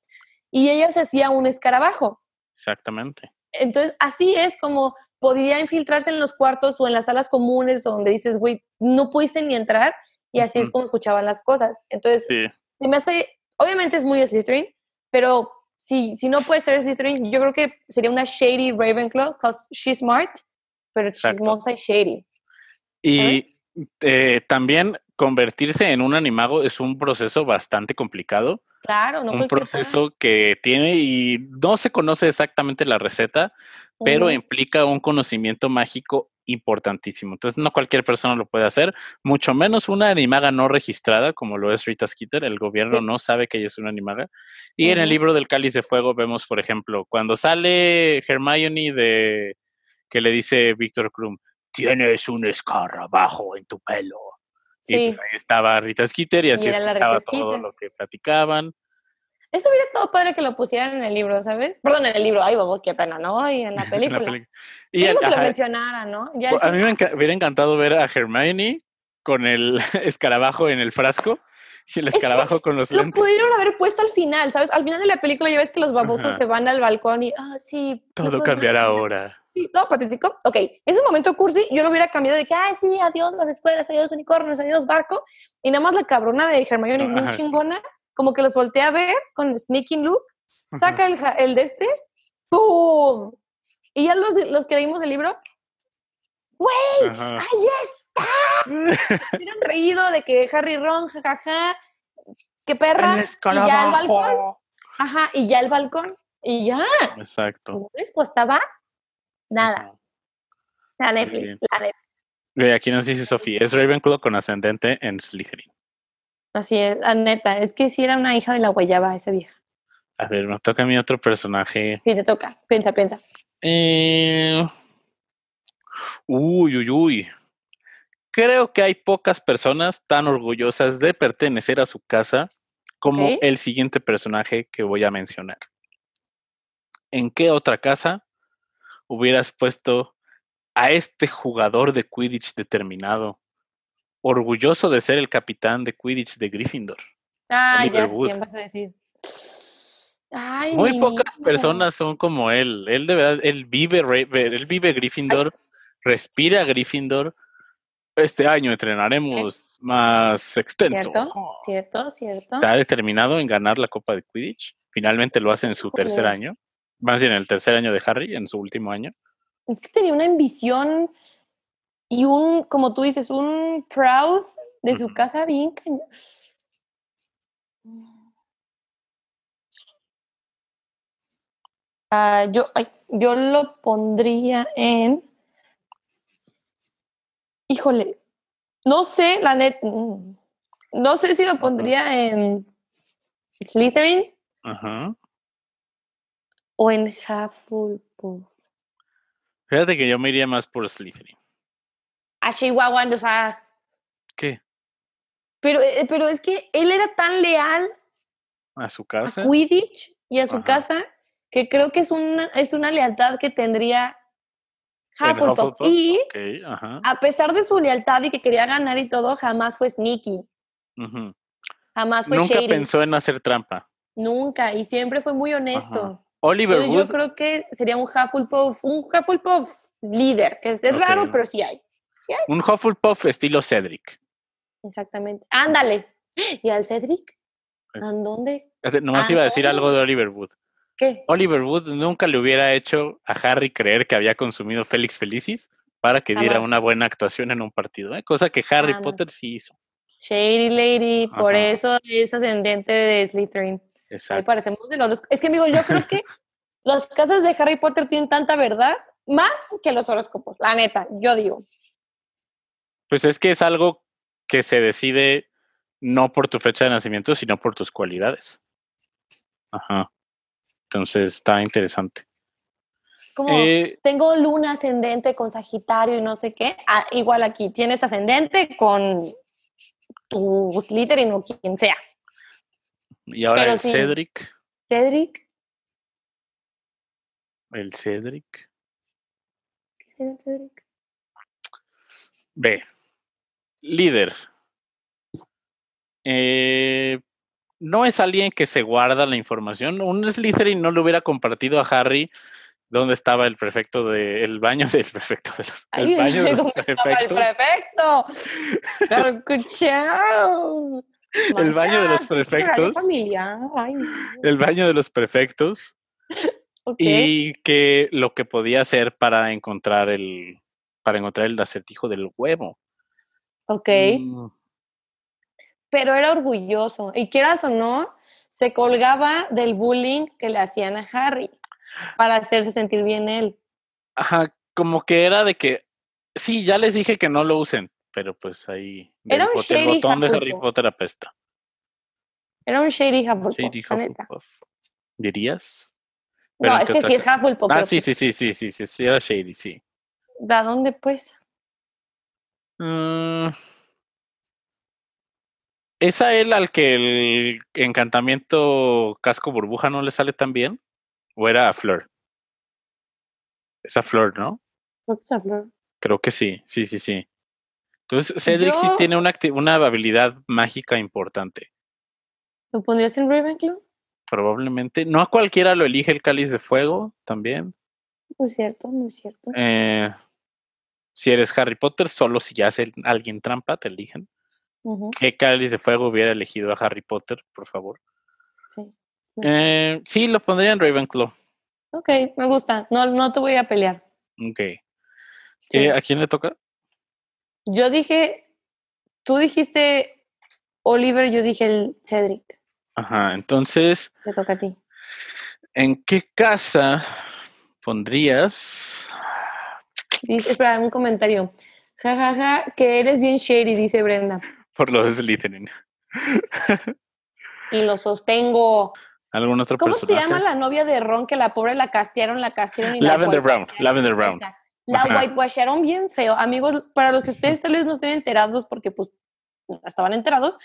Y ella se hacía un escarabajo.
Exactamente.
Entonces, así es como podía infiltrarse en los cuartos o en las salas comunes donde dices, güey, no pudiste ni entrar. Y así es
Ujú.
como escuchaban las cosas. Entonces,
Sí.
se me hace, obviamente es muy Slytherin, pero si, si no puede ser Slytherin, yo creo que sería una shady Ravenclaw, cause she's smart, pero
Exacto.
chismosa y shady.
Y
¿sabes?
eh, también convertirse en un animago es un proceso bastante complicado.
claro, no
un
cualquiera.
proceso que tiene y no se conoce exactamente la receta, pero
Ujú.
implica un conocimiento mágico importantísimo. Entonces, no cualquier persona lo puede hacer, mucho menos una animaga no registrada, como lo es Rita Skeeter. El gobierno
Sí.
no sabe que ella es una animaga. Y en el
Ujú.
libro del Cáliz de Fuego vemos, por ejemplo, cuando sale Hermione de que le dice Víctor Krum, tienes un escarabajo en tu pelo. Y pues
Sí.
ahí estaba Rita Skeeter y así
era la Rita
explicaba todo
Skeeter.
lo que platicaban.
Eso hubiera estado padre que lo pusieran en el libro, ¿sabes? Perdón, en el libro, ay, bobo, qué pena, ¿no? Y en la
en
película.
la peli-
Y
Y el-
que lo
ajá, Pues,
mencionara, ¿no? Ya al
a mí
final-
me enca- hubiera encantado ver a Hermione con el escarabajo en el frasco y el
que
escarabajo con los
Lo
lentes.
pudieron haber puesto al final, ¿sabes? Al final de la película ya ves que los babosos
Ajá.
se van al balcón y, ah, sí. no
Todo
podemos
cambiará
tener
ahora.
Sí, todo patético. Ok, ese momento cursi yo lo hubiera cambiado de que, ay, sí, adiós las escuelas, adiós unicornios, adiós barco. Y nada más la cabrona de Hermione, bien
Ajá.
chingona, como que los voltea a ver con el sneaking look, saca el, ja- el de este, ¡pum! Y ya los, los que leímos el libro,
Ajá.
¡ay, ya hubieran reído de que Harry Ron, jajaja, qué perra. Y ya el balcón, ajá, y ya el balcón, y ya,
Exacto.
no les costaba nada.
Ajá.
La
Muy
Netflix,
bien.
la Netflix.
Ve, Aquí nos dice Sofía, es Ravenclaw con ascendente en Slytherin.
Así es, la neta, es que sí era una hija de la guayaba esa vieja.
A ver, me toca a mí otro personaje.
Sí, te toca, piensa, piensa.
Eh, Uy, uy, uy. Creo que hay pocas personas tan orgullosas de pertenecer a su casa como
Ok.
el siguiente personaje que voy a mencionar. ¿En qué otra casa hubieras puesto a este jugador de Quidditch determinado, orgulloso de ser el capitán de Quidditch de Gryffindor?
Ah,
Oliver
ya sé
Wood.
quién vas a decir. Ay,
Muy
mi
pocas
niño.
personas son como él. Él de verdad, él vive, Ra- ve- él vive Gryffindor, respira Gryffindor. Este año entrenaremos más extenso.
Eh. ¿Cierto? Cierto, cierto.
Está determinado en ganar la Copa de Quidditch. Finalmente lo hace en su tercer
Híjole.
año. Más bien en el tercer año de Harry, en su último año.
Es que tenía una ambición y un, como tú dices, un proud de su
Ujú.
casa bien cañón. Ah, yo, ay, yo lo pondría en. Híjole, no sé, la neta. No sé si lo pondría en Slytherin
Ajá.
o en Hufflepuff.
Fíjate que yo me iría más por Slytherin.
A Chihuahua, o sea.
¿Qué?
Pero, eh, pero es que él era tan leal
¿A su
a
casa?
Quidditch y a su
Ah, Ajá.
casa que creo que es una, es una lealtad que tendría
¿En
Hufflepuff.
Hufflepuff?
pues, Y
Ok, ajá.
a pesar de su lealtad y que quería ganar y todo, jamás fue sneaky,
Ujú.
jamás fue
Nunca
shady.
pensó en hacer trampa.
Nunca, y siempre fue muy honesto.
Oliver
Entonces yo
Wood
creo que sería un Hufflepuff, un Hufflepuff líder, que es
Ok.
raro, pero sí hay.
Un Hufflepuff estilo Cedric.
Exactamente. Ándale. ¿Y al Cedric?
Es-
¿A dónde?
Fíjate, Nomás iba a decir
Ah.
algo de Oliver Wood.
¿Qué?
Oliver Wood nunca le hubiera hecho a Harry creer que había consumido Félix Felicis para que diera
Jamás.
una buena actuación en un partido, ¿eh? cosa que Harry
Jamás.
Potter sí hizo.
Shady Lady, por
Ajá.
eso es ascendente de Slytherin. Ahí
Exacto.
parecemos de los. Es que, amigos, yo creo que las casas de Harry Potter tienen tanta verdad, más que los horóscopos, la neta, yo digo.
Pues es que es algo que se decide no por tu fecha de nacimiento, sino por tus cualidades. Ajá. Entonces está interesante.
Es como eh, tengo luna ascendente con Sagitario y no sé qué. Ah, igual aquí tienes ascendente con tu Slytherin o quien sea.
Y ahora Pero el sí. Cedric.
Cedric.
El Cedric.
¿Qué será Cedric?
B. Líder. Eh, no es alguien que se guarda la información. Un Slytherin no le hubiera compartido a Harry dónde estaba el prefecto de el baño del prefecto de los,
Ay,
el baño
de los prefectos. El prefecto. Lo escuchado.
El baño de los prefectos. El baño de los prefectos. Y que lo que podía hacer para encontrar el para encontrar el acertijo del huevo.
Ok. Mm pero era orgulloso. Y quieras o no, se colgaba del bullying que le hacían a Harry para hacerse sentir bien él.
Ajá, como que era de que, sí, ya les dije que no lo usen, pero pues ahí
era un
Potter,
shady
el botón Hufflepuff. de Harry Potter apesta.
Era un shady Hufflepuff. Shady Hufflepuff.
¿Dirías?
Pero no, es que sí es Hufflepuff.
Ah, sí, sí, sí, sí, sí, sí, sí, era shady, sí.
¿De dónde pues?
Mm. ¿Es a él al que el encantamiento casco burbuja no le sale tan bien? ¿O era a Fleur? Es a Fleur, ¿no?
Creo que es a Fleur.
Creo que sí, sí, sí, sí. Entonces, Cedric Yo... sí tiene una, una habilidad mágica importante.
¿Lo pondrías en Ravenclaw?
Probablemente. No a cualquiera lo elige el cáliz de fuego también.
Muy cierto, muy cierto.
Eh, si eres Harry Potter, solo si hace alguien trampa te eligen. Uh -huh. ¿Qué cáliz de fuego hubiera elegido a Harry Potter, por favor? Sí. Eh, sí, lo pondría en Ravenclaw.
Ok, me gusta. No, no te voy a pelear.
Ok. Sí. ¿A quién le toca?
Yo dije, tú dijiste Oliver, yo dije el Cedric.
Ajá, entonces.
Te toca a ti.
¿En qué casa pondrías?
Dice, espera, un comentario. Ja, ja, ja, que eres bien shady, dice Brenda
por los Slytherin.
y lo sostengo.
¿Algún otro
¿Cómo
personaje?
se llama la novia de Ron que la pobre la castearon, la castearon y
Lavender
la
Brown, Lavender Brown.
La whitewasharon bien feo. Amigos, para los que ustedes tal vez no estén enterados porque pues no estaban enterados,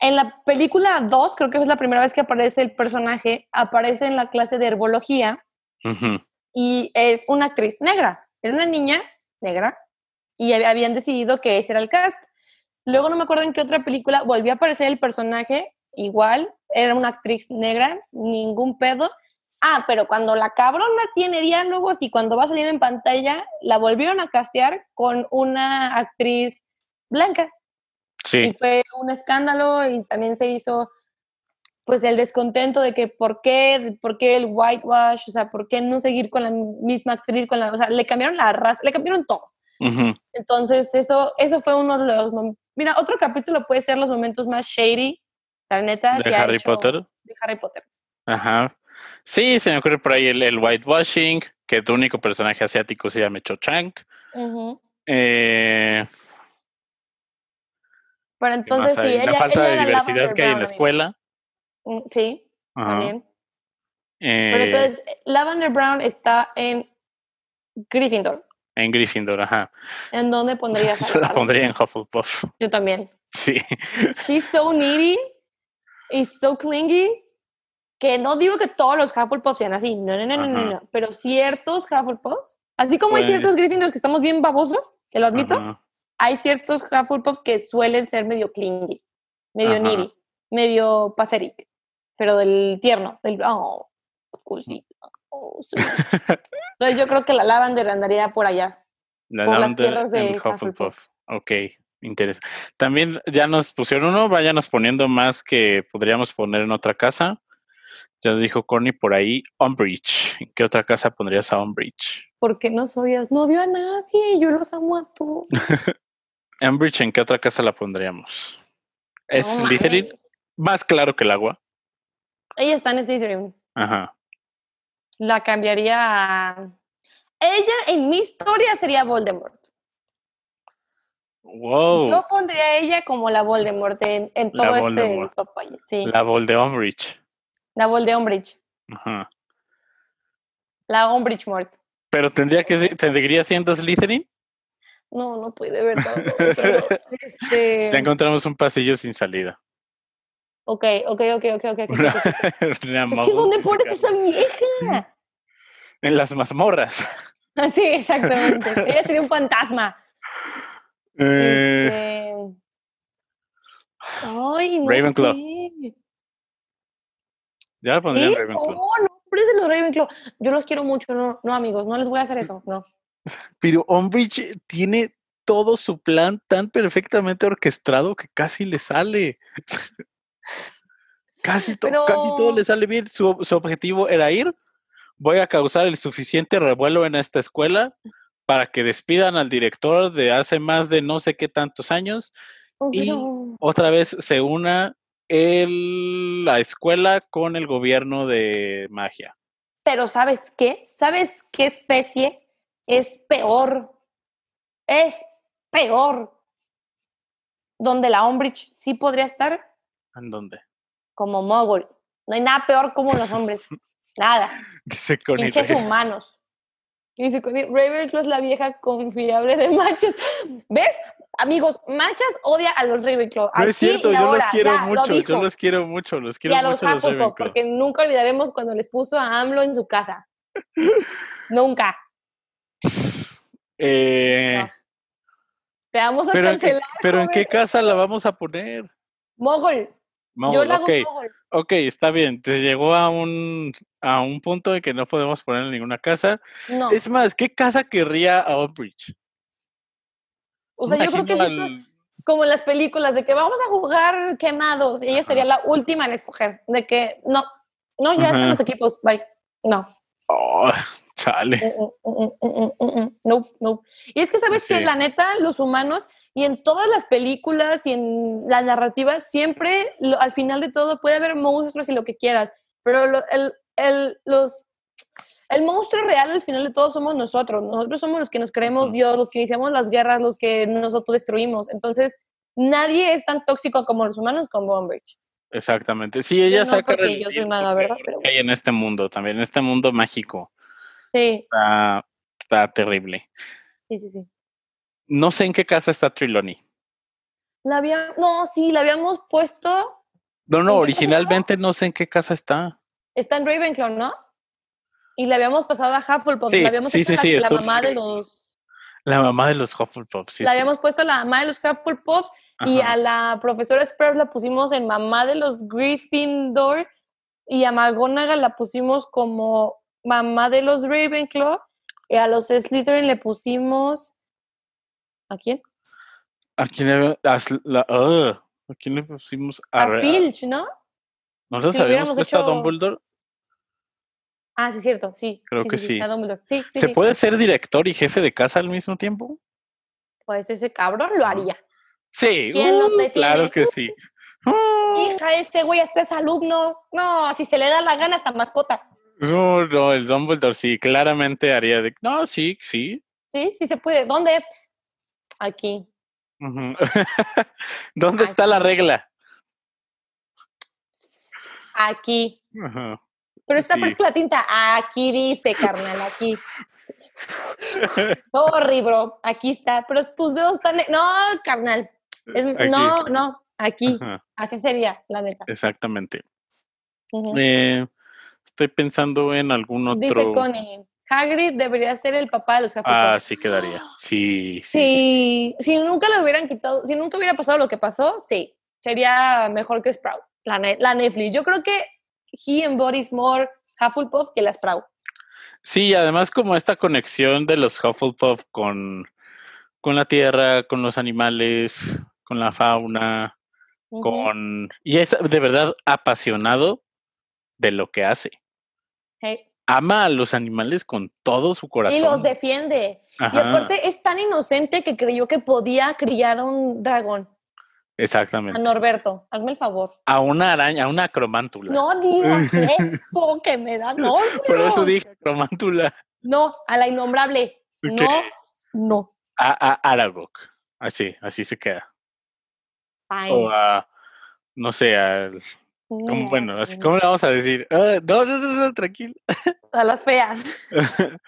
en la película 2, creo que es la primera vez que aparece el personaje, aparece en la clase de herbología uh -huh. y es una actriz negra. Era una niña negra y habían decidido que ese era el cast. Luego no me acuerdo en qué otra película volvió a aparecer el personaje, igual, era una actriz negra, ningún pedo. Ah, pero cuando la cabrona tiene diálogos y cuando va saliendo en pantalla, la volvieron a castear con una actriz blanca.
Sí.
Y fue un escándalo y también se hizo pues el descontento de que por qué, por qué el whitewash, o sea, por qué no seguir con la misma actriz, con la, o sea, le cambiaron la raza, le cambiaron todo. Uh -huh. Entonces, eso, eso fue uno de los Mira, otro capítulo puede ser los momentos más shady, la neta.
¿De Harry Potter?
De Harry Potter.
Ajá. Sí, se me ocurre por ahí el, el whitewashing, que tu único personaje asiático se llama Cho Chang. Uh -huh. eh,
Pero entonces sí, ella,
la falta
ella
de
era
diversidad
Lavender
que hay en la
Brown,
escuela.
amigos. Sí,
Ajá.
también.
Eh,
Pero entonces, Lavender Brown está en Gryffindor.
en Gryffindor, ajá.
¿En dónde pondrías a
Yo la
Lavender?
pondría en Hufflepuff.
Yo también.
Sí.
She's so needy y so clingy que no digo que todos los Hufflepuffs sean así, no, no, no, no, no,
Ajá.
no, pero ciertos Hufflepuffs, así como hay
Pues-
ciertos Gryffindors que estamos bien babosos, te lo admito,
Ajá.
hay ciertos Hufflepuffs que suelen ser medio clingy, medio
Ajá.
needy, medio pathetic, pero del tierno, del oh, cosita, oh, sí. Entonces yo creo que la Lavender andaría por allá.
La
Por las
Lavender
tierras de
en
Hufflepuff.
Ok, interesante. También ya nos pusieron uno, váyanos poniendo más que podríamos poner en otra casa. Ya nos dijo Corny por ahí, Umbridge. ¿En qué otra casa pondrías a Umbridge?
Porque no odias, no dio a nadie, yo los amo a todos.
Umbridge, ¿en qué otra casa la pondríamos? Es
No
Slytherin,
mames.
más claro que el agua.
Ella está en Slytherin.
Ajá.
La cambiaría a... Ella en mi historia sería Voldemort.
Wow.
Yo pondría a ella como la Voldemort en, en
Oh. La
todo
Voldemort.
este papaya. Sí, la,
La Vol de Umbridge.
Voldemort.
Ajá.
La Umbridge Mort.
Pero tendría que ser- tendría siendo Slytherin.
No, no puede, de verdad. no, yo no. Este,
Ya encontramos un pasillo sin salida.
Ok, ok, ok, ok, ok. ok,
Una-
ok.
una
Es que ¿dónde pones
magnífica-
esa vieja?
En las mazmorras.
Ah, Sí, exactamente. Ella sería un fantasma.
Eh,
Este... Ay, no
Ravenclaw.
sé.
ya pondría
¿Sí?
Ravenclaw.
No, no, hombres de los Ravenclaw. Yo los quiero mucho, no, no, amigos, no les voy a hacer eso, no.
Pero Umbridge tiene todo su plan tan perfectamente orquestado que casi le sale. casi, to- casi todo
Pero-
le sale bien. Su, su objetivo era ir. Voy a causar el suficiente revuelo en esta escuela para que despidan al director de hace más de no sé qué tantos años.
No,
Y-
pero-
Otra vez se una el- la escuela con el gobierno de magia.
Pero ¿sabes qué? ¿Sabes qué especie es peor? Es peor. Donde la Ombridge sí podría estar
¿En dónde?
como mogul. No hay nada peor como los hombres. Nada.
Dice con el-
pinches humanos. Y dice Connie, Ravenclaw es la vieja confiable de Machas. ¿Ves? Amigos, Machas odia a los Ravenclaw.
No
Aquí
es cierto,
y
yo
ahora,
los quiero
ya, lo
mucho, yo
dijo.
los quiero mucho, los
y
quiero
a los
mucho los
Hufflepuff,
Ravenclaw.
porque nunca olvidaremos cuando les puso a AMLO en su casa. nunca.
Eh,
No. eh. Te vamos a
pero, eh, en qué,
cancelar,
pero ¿en qué
joven.
casa la vamos a poner?
Mogol. Yo
Mogul,
la hago
ok,
Mogol.
ok, está bien. Te llegó a un, a un punto en que no podemos poner en ninguna casa.
No.
Es más, ¿qué casa querría a Umbridge?
o sea, yo creo que es
Imagino
eso,
al-
como en las películas, de que vamos a jugar quemados. Y ella sería la última en escoger. De que, no, no, ya están
Ajá.
los equipos. Bye. No.
Oh, chale.
Mm, mm, mm, mm, mm, mm. Nope, nope. Y es que sabes que
Sí.
la neta, los humanos, y en todas las películas y en las narrativas, siempre lo- al final de todo puede haber monstruos y lo que quieras, pero lo- el, el- los, el monstruo real al final de todo somos nosotros, nosotros somos los que nos creemos
Ujú.
Dios, los que iniciamos las guerras, los que nos autodestruimos, entonces nadie es tan tóxico como los humanos como Umbridge.
Exactamente. Sí, ella
no,
saca a
porque yo soy
relucir
maga,
lo
¿verdad?
peor
Pero
que hay en este mundo también, en este mundo mágico.
Sí,
Está, está terrible.
sí, sí, sí.
No sé en qué casa está Triloni.
La había, no, sí, la habíamos puesto
No,
qué
no,
casa
originalmente no sé en qué casa está.
Está en Ravenclaw, ¿no? Y le habíamos pasado a Hufflepuff,
Sí,
la habíamos
sí,
hecho
sí,
la,
sí,
la
estuvo en
mamá de
Ravenclaw.
los,
La mamá de los Hufflepuff, sí.
la
sí.
habíamos puesto la mamá de los Hufflepuffs y
Ajá.
a la profesora Sprout la pusimos en mamá de los Gryffindor y a McGonagall la pusimos como mamá de los Ravenclaw y a los Slytherin le pusimos ¿a quién?
¿A quién le, a Sl- la- ugh, ¿a quién le pusimos
A,
Re-
Filch, ¿no?
¿No los
Si lo
habíamos
hubiéramos
puesto
hecho-
a Dumbledore?
Ah, sí, cierto, sí.
Creo que sí.
A Dumbledore. Sí, sí,
¿Se
sí.
puede ser director y jefe de casa al mismo tiempo?
Pues ese cabrón lo haría.
Sí,
¿Quién los
uh,
detiene?
claro que sí. Uh,
Hija, este güey hasta es alumno. No, si se le da la gana hasta mascota.
Uh, No, no, el Dumbledore sí, claramente haría de... No, sí, sí.
Sí, sí se puede. ¿Dónde? Aquí.
ujú. ¿Dónde
Ay,
está la regla?
Aquí.
Ajá.
Pero está
Sí.
fresca la tinta. Aquí dice, carnal, aquí. Sorry, bro. Aquí está. Pero tus dedos están. ne- No, carnal. Es-
Aquí.
No, no. Aquí.
Ajá,
Así sería, la neta.
Exactamente.
Ujú.
Eh, estoy pensando en algún otro...
Dice Connie. Hagrid debería ser el papá de los Hufflepuff.
Ah, sí quedaría. Sí, sí.
Sí, si nunca lo hubieran quitado, si nunca hubiera pasado lo que pasó, sí, sería mejor que Sprout, la, ne- la Netflix. Yo creo que he embodies more Hufflepuff que la Sprout.
Sí, además como esta conexión de los Hufflepuff con, con la tierra, con los animales, con la fauna,
Ujú.
con... Y es de verdad apasionado de lo que hace.
Hey.
Ama a los animales con todo su corazón.
Y los defiende. Y
Ajá,
aparte es tan inocente que creyó que podía criar a un dragón, a
Exactamente.
Norberto. Hazme el favor.
A una araña, a una cromántula.
No digas esto que me da no.
Por eso dije cromántula.
No, a la innombrable.
Ok.
No, no.
A, a Aragog. Así, así se queda. O
Fine.
a, no sé, al
Eh,
Como, bueno, así, ¿cómo le vamos a decir? Ah, no, no, no, no, tranquilo.
A las feas.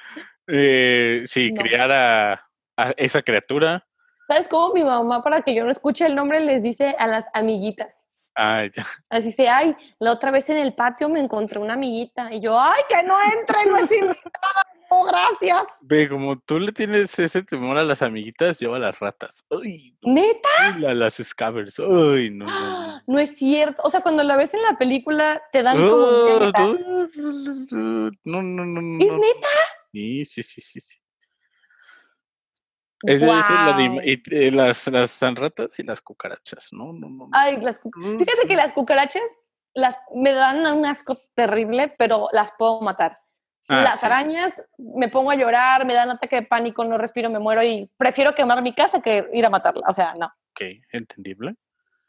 Eh, sí,
No.
criar a, a esa criatura.
¿Sabes cómo mi mamá, para que yo no escuche el nombre, les dice a las amiguitas?
Ay, ya.
Así dice, ay, la otra vez en el patio me encontré una amiguita. Y yo, ay, que no entre, no es invitada. No, gracias.
Ve, como tú le tienes ese temor a las amiguitas, yo a las ratas. Ay,
Neta,
no, a las scabbers. Ay, no. no, no.
no es cierto. O sea, cuando la ves en la película, te dan como...
Ah,
ñañita.
Oh, No, no, no, no, no.
¿Es neta?
Sí, sí, sí, sí. sí. Ese- esa es la
Guau.
dima- y, eh, las, las ratas y las cucarachas. No, no, no. no.
Ay, las cu-
Mm,
Ah, Fíjate que las cucarachas las, me dan un asco terrible, pero las puedo matar.
Ah,
las
sí.
arañas me pongo a llorar, me dan ataque de pánico, no respiro, me muero y prefiero quemar mi casa que ir a matarla. O sea, no.
Ok, entendible.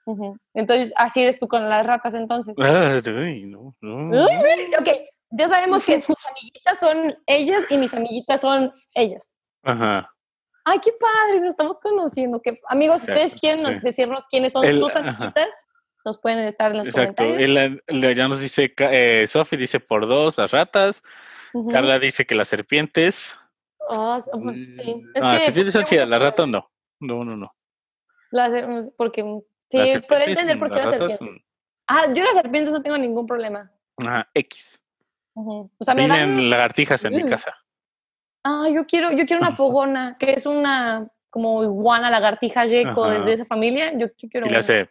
Ujú. Entonces, así eres tú con las ratas entonces.
Ay, no, no, no.
Ok, ya sabemos que tus amiguitas son ellas y mis amiguitas son ellas.
Ajá.
Ay, qué padre, nos estamos conociendo. Que, amigos, si ustedes
Exacto,
quieren nos-
sí.
decirnos quiénes son
El-
sus
ajá.
amiguitas, nos pueden estar en los
Exacto.
comentarios.
Él- él- ya nos dice, Ca- eh, Sofi dice por dos las ratas.
Ujú.
Carla dice que las serpientes.
Ah, s- pues sí.
Mm,
Es
ah,
que
las serpientes son chidas,
tenemos que
las
poner-
ratas no. No, no, no.
las ser- porque mm, sí,
Las
podría
serpientes
entender
mm,
por qué las
ratas,
serpientes. Ah, yo las serpientes no tengo ningún problema.
mm, Ajá, X.
Ujú. O sea, me dan.
Vienen lagartijas en mi
Mm.
casa.
Ah, yo quiero, yo quiero una pogona, que es una como iguana, lagartija, gecko de,
Ajá.
de esa familia. Yo, yo quiero.
Y eh, le
una.
hace,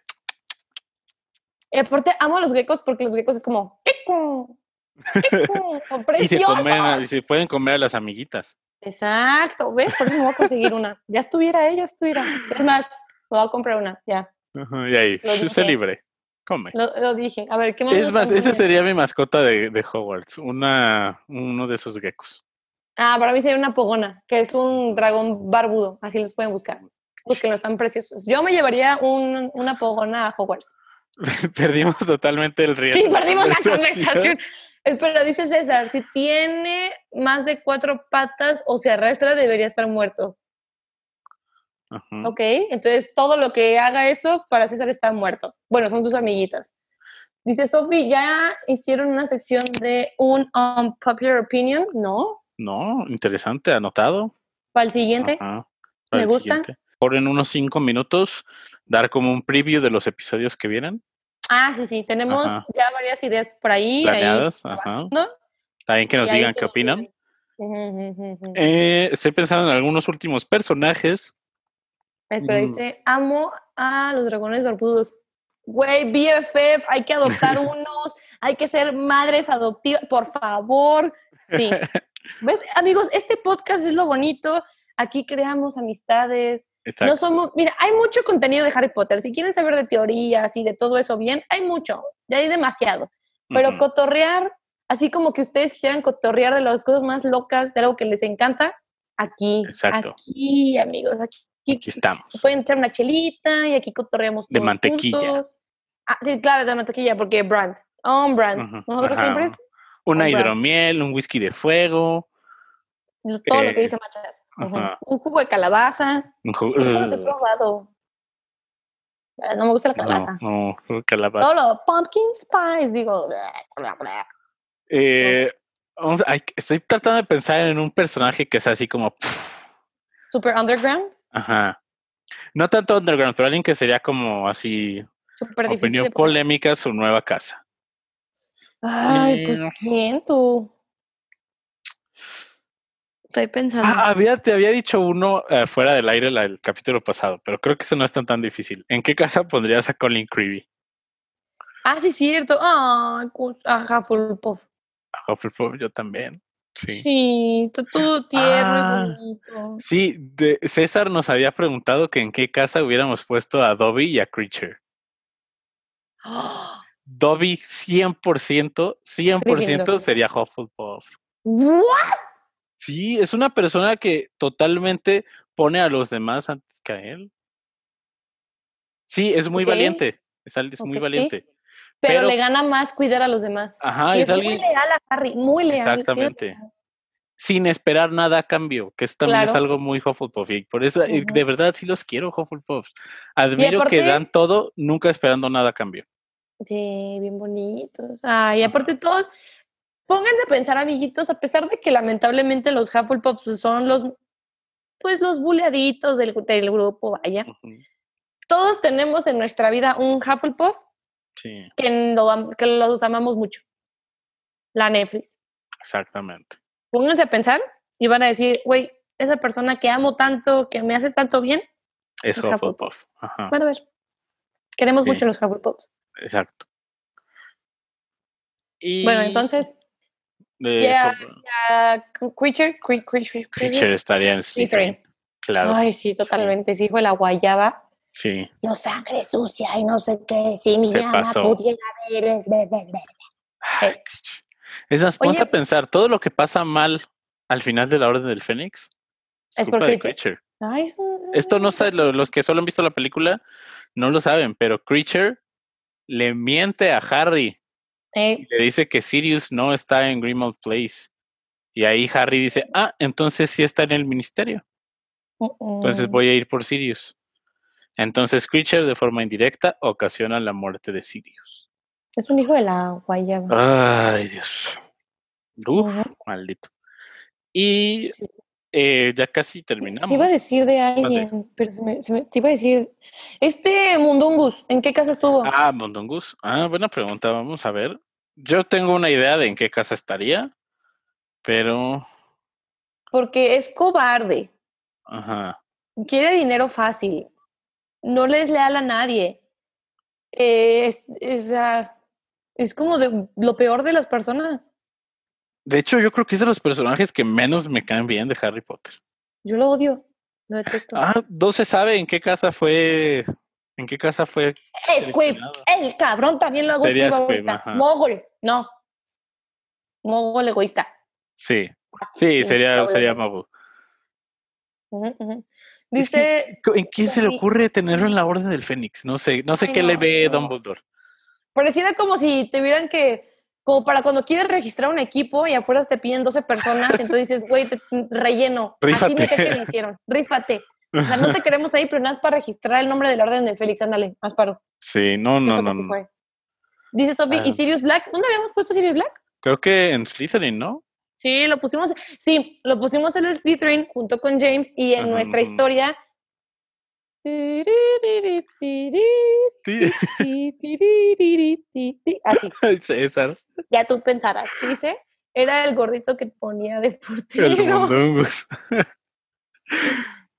Y aparte, amo a los geckos porque los geckos es como. "Gecko, gecko", Son
y se,
preciosos.
comen, a- y se pueden comer a las amiguitas.
Exacto, ¿ves? Por eso me voy a conseguir una. Ya estuviera, ella estuviera. Es más, me voy a comprar una, ya.
Ajá, y ahí,
Lo
"Shh,
dije.
se libre, come.
Lo, lo dije. A ver, ¿qué más?
Es
nos
más,
están
esa
poniendo?
sería mi mascota de, de Hogwarts, una, uno de esos geckos.
Ah, para mí sería una pogona, que es un dragón barbudo. Así los pueden buscar. Búsquenlo, están preciosos. Yo me llevaría un- una pogona a Hogwarts.
Perdimos totalmente el riesgo.
Sí, perdimos la conversación. Espera, dice César, si tiene más de cuatro patas o se arrastra, debería estar muerto.
Ajá.
Ok, entonces todo lo que haga eso para César está muerto. Bueno, son sus amiguitas. Dice Sofi, ¿ya hicieron una sección de un unpopular opinion? No,
No, interesante, anotado.
para el siguiente.
Ajá,
Me
para el
gusta.
siguiente. Por en unos cinco minutos, dar como un preview de los episodios que vienen,
Ah, sí, sí, tenemos
Ajá.
ya varias ideas por ahí. ahí
planeadas. Ajá.
trabajando,
También que nos
y ahí
digan
que
qué
nos
opinan.
digan. Ujú, ujú, ujú, ujú.
Eh, estoy pensando en algunos últimos personajes.
Espera,
Mm.
dice, amo a los dragones barbudos. Güey, BFF, hay que adoptar unos, hay que ser madres adoptivas, por favor. Sí. ¿Ves? Amigos, este podcast es lo bonito. Aquí creamos amistades.
Exacto.
No somos, mira, hay mucho contenido de Harry Potter. Si quieren saber de teorías y de todo eso bien, hay mucho, ya hay demasiado. Pero
Ujú.
cotorrear, así como que ustedes quisieran cotorrear de las cosas más locas, de algo que les encanta, aquí,
Exacto.
aquí, amigos, aquí,
Aquí estamos.
se pueden echar una chelita y aquí cotorreamos
De
todos
mantequilla.
juntos. Ah, sí, claro, de mantequilla, porque brand. On brand.
Ujú,
Nosotros
ajá.
siempre es
Una
Ahí va.
hidromiel, un whisky de fuego,
lo- todo lo que
Eh,
dice Machas. Ujú.
ajá.
Un jugo de calabaza.
un ju- uh,
Eso no los he probado. Ah, No me gusta la
No,
calabaza.
no, calabaza.
Todo lo pumpkin spice, digo. bla, bla, bla.
Eh, vamos, ay, estoy tratando de pensar en un personaje que sea así como. pff,
Super underground.
Ajá. No tanto underground, pero alguien que sería como así.
Super difícil.
Opinión
de poner.
polémica, su nueva casa.
Ay, pues
Mm.
quién tú. Estoy pensando.
Ah, había, te había dicho uno eh, fuera del aire la- el capítulo pasado, pero creo que eso no es tan, tan difícil. ¿En qué casa pondrías a Colin Creevy?
Ah, sí, cierto. Ay, cos- ajá, Hufflepuff.
A Hufflepuff, yo también. Sí.
Sí, está todo tierno
Ah.
y bonito.
Sí, de- César nos había preguntado que en qué casa hubiéramos puesto a Dobby y a Creature.
¡Ah!
Dobby 100%, 100%
Gryffindor.
sería Hufflepuff.
¡Guau!
Sí, es una persona que totalmente pone a los demás antes que a él. Sí, es muy
Ok.
valiente. Es, al- es muy
Ok, sí.
valiente.
Pero,
Pero-
le gana más cuidar a los demás.
Ajá,
y
es
es
alguien
muy leal a Harry, muy leal. claro.
Exactamente. sin esperar nada a cambio, que eso también es
Claro.
algo muy Hufflepuff. Y por eso, eh,
Ujú.
de verdad, sí los quiero, Hufflepuff. Admiro
aparte-
que dan todo, nunca esperando nada a cambio.
Sí, bien bonitos. Ay, y aparte todos, pónganse a pensar, amiguitos, a pesar de que lamentablemente los Hufflepuffs son los, pues los buleaditos del, del grupo, vaya.
Ujú.
Todos tenemos en nuestra vida un Hufflepuff
Sí,
que, lo am- que los amamos mucho. La Netflix.
exactamente.
Pónganse a pensar y van a decir, güey, esa persona que amo tanto, que me hace tanto bien,
Es
Es
Hufflepuff. Ajá,
van a ver. Queremos
Sí.
mucho a los Hufflepuffs.
exacto. Y
Bueno, entonces,
de
ya-
eso,
ah, Creature, Cre- Creature,
Creature
Creature.
estaría en Slytherin. Claro,
Ay, sí, totalmente. Sí, fue la guayaba.
sí.
no sangre sucia y no sé qué, si mi
Se
llama
pasó.
pudiera ver. eh, be, be, be.
Ay, Esas, ponte
Eh, Oye.
a pensar, todo lo que pasa mal al final de la Orden del Fénix es,
Es
culpa
por
de
Creature.
Creature.
Ay, eso-
Esto no sabe, lo- los que solo han visto la película no lo saben, pero Creature le miente a Harry
Eh,
y le dice que Sirius no está en Grimald Place. Y ahí Harry dice, ah, entonces sí está en el ministerio.
mm,
Entonces
mm.
voy a ir por Sirius. Entonces Creature de forma indirecta ocasiona la muerte de Sirius.
Es un hijo de la guayaba.
Ay, Dios. Uf,
Ujú.
maldito. Y
Sí.
eh, ya casi
Te iba a
terminamos.
decir de alguien, pero se me, se me- te iba a decir. Este Mundungus, ¿en qué casa estuvo?
Ah, Mondongus. Ah, buena pregunta. Vamos a ver. Yo tengo una idea de en qué casa estaría, pero...
Porque es cobarde,
Ajá.
quiere dinero fácil, no le es leal a nadie. eh, es, es, ah, es como de lo peor de las personas.
De hecho, yo creo que es de los personajes que menos me caen bien de Harry Potter.
Yo lo odio, lo detesto.
Ah, no se sabe en qué casa fue... ¿En qué casa fue
Squib.
Seleccionado.
El cabrón también lo hago
Sería
Squib
Squib,
ahorita.
ajá.
Mogol. No. Mogol egoísta.
Sí, sí,
Ah, sí,
sería,
doble
sería
D.
Mabu.
Ujú, ujú.
Es que,
Dice,
¿co- ¿En quién se le
sí.
ocurre tenerlo en la Orden del Fénix? No sé, no sé
Ay,
qué le
no,
ve
no.
Dumbledore.
pareciera como si te vieran que, como para cuando quieres registrar un equipo y afuera te piden 12 personas, entonces dices, güey, te- relleno. Así me
Rífate.
cae que me hicieron. Rífate. O sea, no te queremos ahí, pero nada más para registrar el nombre del orden del Félix. Ándale, más paro.
Sí, no, no,
Siento que
no.
así
no.
fue. Dice Sofi,
Ah.
¿y Sirius Black? ¿Dónde habíamos puesto Sirius Black?
Creo que en Slytherin, ¿no?
Sí, lo pusimos, sí, lo pusimos en el Slytherin junto con James y en
Ajá,
nuestra
ujú.
historia. Así,
Sí,
Ah,
César,
ya tú pensarás, dice, era el gordito que ponía de
el
portero.
mundungus.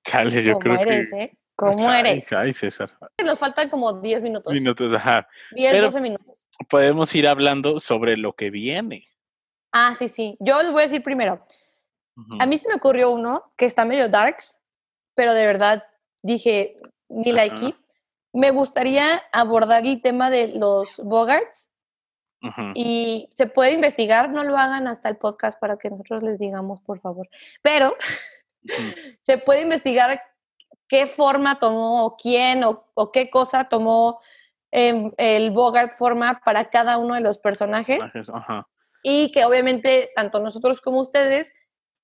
Chale, yo
¿Cómo
creo
eres,
que...
eh? ¿Cómo
Ay,
eres? Pues
Ay, César.
Nos faltan como 10 minutos.
Minutos, ajá.
10,
pero-
12 minutos.
Podemos ir hablando sobre lo que viene.
Ah, sí, sí. Yo les voy a decir primero.
Ujú.
A mí se me ocurrió uno que está medio darks, pero de verdad dije, ni la
Ajá.
aquí. Me gustaría abordar el tema de los Bogarts
Ujú.
y se puede investigar, no lo hagan hasta el podcast para que nosotros les digamos, por favor. Pero
Ujú.
se puede investigar qué forma tomó o quién o, o qué cosa tomó em, el Bogart forma para cada uno de los personajes
Ajá.
y que obviamente tanto nosotros como ustedes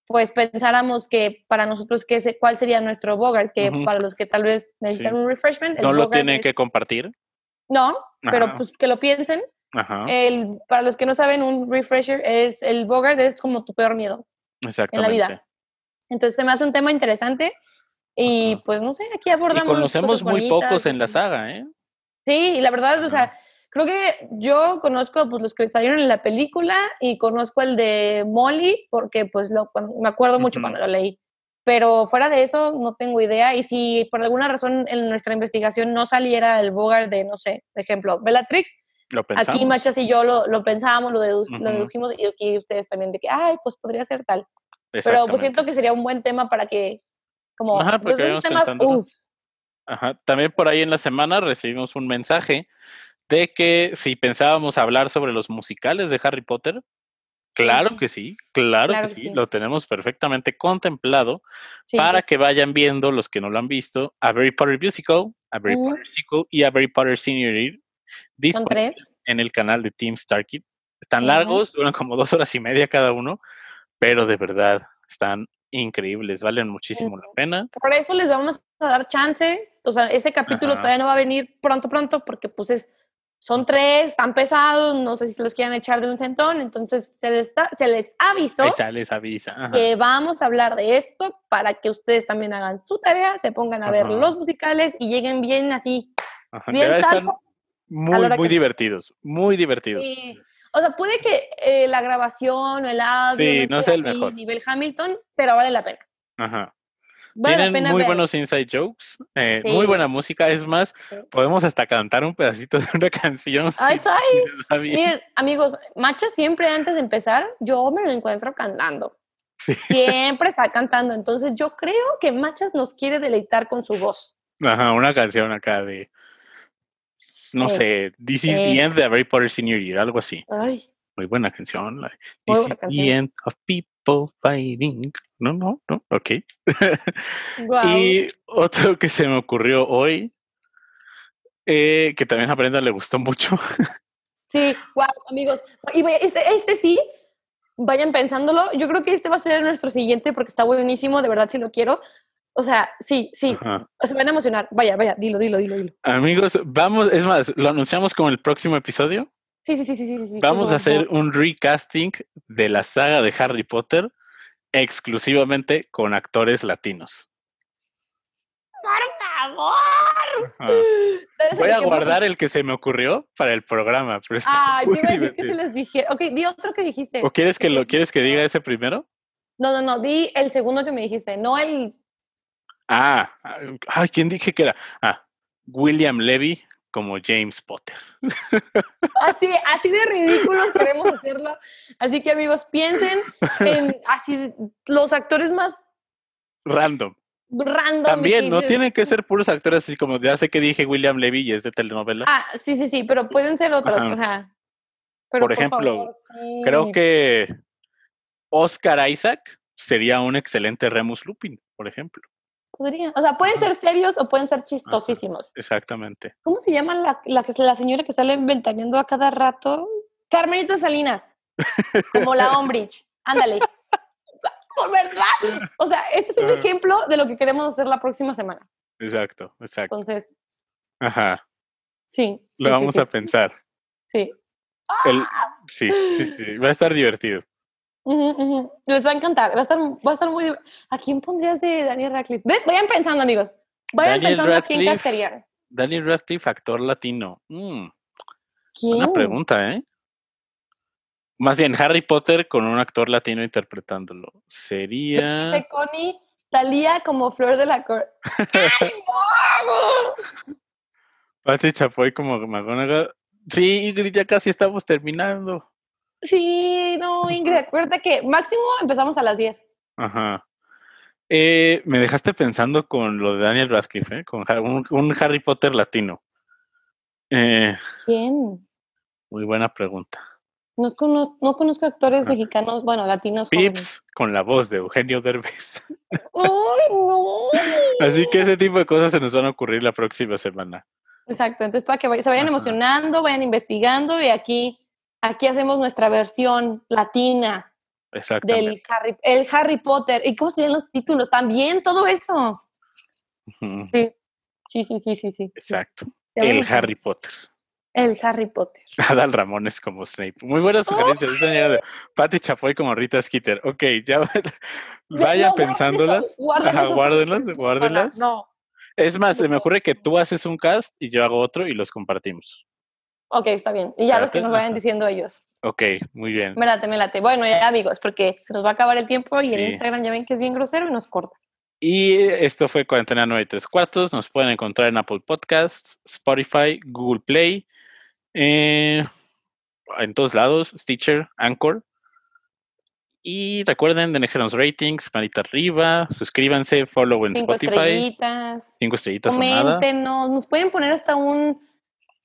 pues pensáramos que para nosotros qué se- cuál sería nuestro Bogart, que
Ujú.
para los que tal vez necesitan
Sí.
un refreshment. el
No lo
Bogart
tienen
es-
que compartir.
No, pero
Ajá,
pues eh, que lo piensen.
Ajá.
El, para los que no saben, un refresher es el Bogart, es como tu peor miedo.
Exactamente.
Entonces se me hace un tema interesante y
Ajá.
pues no sé, aquí abordamos.
Y conocemos
cosas
muy
bonitas,
pocos en la
cosas-
saga, ¿eh?
Sí, y la verdad, o sea,
Ajá.
creo que yo conozco pues, los que salieron en la película y conozco el de Molly porque pues lo, cuan- me acuerdo mucho
Ujú.
cuando lo leí. Pero fuera de eso, no tengo idea. Y si por alguna razón en nuestra investigación no saliera el Bogart de, no sé, por ejemplo, Bellatrix,
Lo pensamos.
aquí Machas y yo lo, lo pensábamos, lo, dedu- lo
Ujú.
dedujimos y aquí ustedes también de que, ay, pues podría ser tal. Pero pues siento que sería un buen tema para que, como,
Ajá,
de
para que
esos
vayamos pensándolo.
uf,
Ajá. También por ahí en la semana recibimos un mensaje de que si pensábamos hablar sobre los musicales de Harry Potter, claro que sí, claro,
Claro
que
que
sí,
sí.
lo tenemos perfectamente contemplado
sí.
para que vayan viendo los que no lo han visto a Harry Potter Musical, a Harry
Ujú.
Potter Sequel y a Harry Potter Senior Year
Uh. son
disponibles
tres.
en el canal de Team Starkid. Están
Ujú.
largos, duran como dos horas y media cada uno, pero de verdad están increíbles, valen muchísimo la pena.
Por eso les vamos a dar chance. O sea, este capítulo
Ajá.
todavía no va a venir pronto, pronto, porque pues es son tres, están pesados, no sé si los quieran echar de un centón, entonces se les, está, se les avisó
Esa les avisa. Ajá.
que vamos a hablar de esto para que ustedes también hagan su tarea, se pongan a ver
Ajá.
los musicales y lleguen bien así.
Ajá,
bien
de verdad están
salsa.
muy,
a la hora
muy
que-
divertidos, muy divertidos.
Sí. O sea, puede que eh, la grabación o el audio
Sí, no
esté
sea el
así,
mejor.
nivel Hamilton, pero vale la pena.
Ajá.
Vale la
Tienen
pena
muy
ver.
buenos inside jokes, eh,
Sí.
muy buena música. Es más,
Sí.
podemos hasta cantar un pedacito de una canción.
Ay,
si-
ay,
si les va bien.
Miren, amigos, Macha siempre antes de empezar, yo me lo encuentro cantando.
Sí.
Siempre está cantando. Entonces yo creo que Machas nos quiere deleitar con su voz.
Ajá, una canción acá de. No
Eh,
sé, This is
eh.
the end of Harry Potter Senior Year, algo así.
Ay,
Muy buena canción. la de
Muy
This
buena
is
canción.
the end of people fighting. No, no, no, ok.
wow.
Y otro que se me ocurrió hoy, eh, que también a Brenda le gustó mucho.
Sí, wow, amigos. Y vaya, este, este sí, vayan pensándolo. Yo creo que este va a ser nuestro siguiente porque está buenísimo, de verdad, si lo quiero. O sea, sí, sí,
Ajá.
se van a emocionar. Vaya, vaya, dilo, dilo, dilo, dilo.
Amigos, vamos, es más, lo anunciamos como el próximo episodio.
Sí, sí, sí, sí, sí. sí, sí,
Vamos
por
a hacer
favor.
un recasting de la saga de Harry Potter exclusivamente con actores latinos.
¡Por favor!
Ajá.
Ustedes
Ah. Voy a
eligieron-
guardar el que se me ocurrió para el programa. Pero está
Ay,
muy
te iba a decir que
divertido.
se les dije. Ok, di otro que dijiste.
¿O quieres que
que
lo
les
quieres que
gustó.
diga ese primero?
No, no, no, di el segundo que me dijiste, no el.
Ah, ay, ¿quién dije que era? Ah, William Levy como James Potter.
Así, así de ridículos queremos hacerlo. Así que, amigos, piensen en así los actores más
Random.
random.
También, no
dices-
tienen que ser puros actores así como ya sé que dije William Levy y es de telenovela.
Ah, sí, sí, sí, pero pueden ser otros,
Ajá.
o sea. Pero,
Por ejemplo,
favor, sí.
Creo que Oscar Isaac sería un excelente Remus Lupin, por ejemplo.
Podría. O sea, pueden ser serios o pueden ser chistosísimos.
Exactamente.
¿Cómo se llama la, la, que- la señora que sale ventaneando a cada rato? Carmelita Salinas, como la Ombridge. Ándale. Por verdad. O sea, este es un
Ajá.
ejemplo de lo que queremos hacer la próxima semana.
Exacto, exacto.
Entonces,
Ajá.
sí. sí,
Lo
sí,
vamos
sí, ¡Ah!
a pensar.
Sí.
El- sí, sí, sí. Va a estar divertido.
Ujú, ujú. Les va a encantar. Va a estar, va a estar muy. div- ¿A quién pondrías de Daniel Radcliffe? ¿Ves? Vayan pensando, amigos. Vayan
Daniel
pensando a quién
Radcliffe.
cascarían.
Daniel Radcliffe, actor latino. Mm,
¿Quién?
buena pregunta, ¿eh? Más bien, Harry Potter con un actor latino interpretándolo. Sería.
Dice Connie, Talía como flor de la cor. ¡Ay, no!
Patti Chapoy como McGonagall. Sí, Ingrid, ya casi estamos terminando.
Sí, no, Ingrid, acuérdate que máximo empezamos a las 10.
Ajá. Eh, me dejaste pensando con lo de Daniel Radcliffe, ¿eh? Con Har- un, un Harry Potter latino. Eh,
¿Quién?
muy buena pregunta.
No, es cono- no conozco actores
Ah.
mexicanos, bueno, latinos. jóvenes.
Pips con la voz de Eugenio Derbez.
¡Ay, no!
Así que ese tipo de cosas se nos van a ocurrir la próxima semana.
Exacto, entonces para que vay- se vayan
Ajá.
emocionando, vayan investigando y aquí, aquí hacemos nuestra versión latina
Exactamente.
del Harry, el Harry Potter. ¿Y cómo serían los títulos? También todo eso.
Ujú,
Sí, sí, sí, sí, sí.
Exacto.
Te van a
El
emocionar.
Harry Potter.
El Harry Potter.
Adal Ramones como Snape. Muy
Oh.
buenas sugerencias. esa niña de Patty Chapoy como Rita Skeeter. Ok, ya va-
Ve-
vayan
Pues no, guarden eso,
pensándolas.
guarden
Ajá,
eso para-
guárdenlas,
para-
guárdenlas.
No.
Es más, se me
no.
ocurre que tú haces un cast y yo hago otro y los compartimos.
Ok, está bien. Y ya los que
Espérate,
nos vayan
ajá.
diciendo ellos.
Ok, muy bien.
Me late, me late. Bueno, ya amigos, porque se nos va a acabar el tiempo y el
Sí.
Instagram ya ven que es bien grosero y nos corta.
Y esto fue Cuarentena 9 y Tres Cuartos. Nos pueden encontrar en Apple Podcasts, Spotify, Google Play, eh, en todos lados, Stitcher, Anchor. Y recuerden de dejarnos ratings, manita arriba, suscríbanse, follow en
Cinco
Spotify,
estrellitas.
cinco estrellitas o nada.
Coméntenos, nos pueden poner hasta un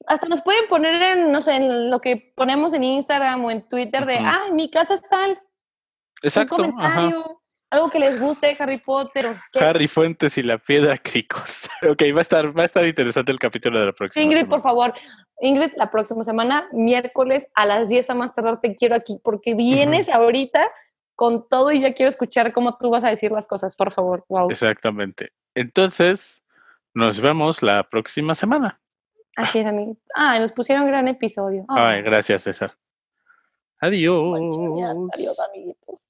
hasta nos pueden poner en, no sé, en lo que ponemos en Instagram o en Twitter de,
Ujú.
ah, mi casa es tal,
Exacto.
un
ajá.
comentario, algo que les guste de Harry Potter o qué.
Harry Fuentes y la piedra Cricos. ok, va a estar, va a estar interesante el capítulo de la próxima.
Ingrid,
semana.
por favor. Ingrid, la próxima semana, miércoles a las 10 a más tardar, te quiero aquí, porque vienes ahorita con todo y ya quiero escuchar cómo tú vas a decir las cosas, por favor. Wow.
Exactamente. Entonces, nos vemos la próxima semana.
Así es, amiguitos. Ay, nos pusieron gran episodio.
Ay, gracias, César. Adiós.
Adiós, amiguitos.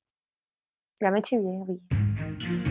Ya me chivé, oye.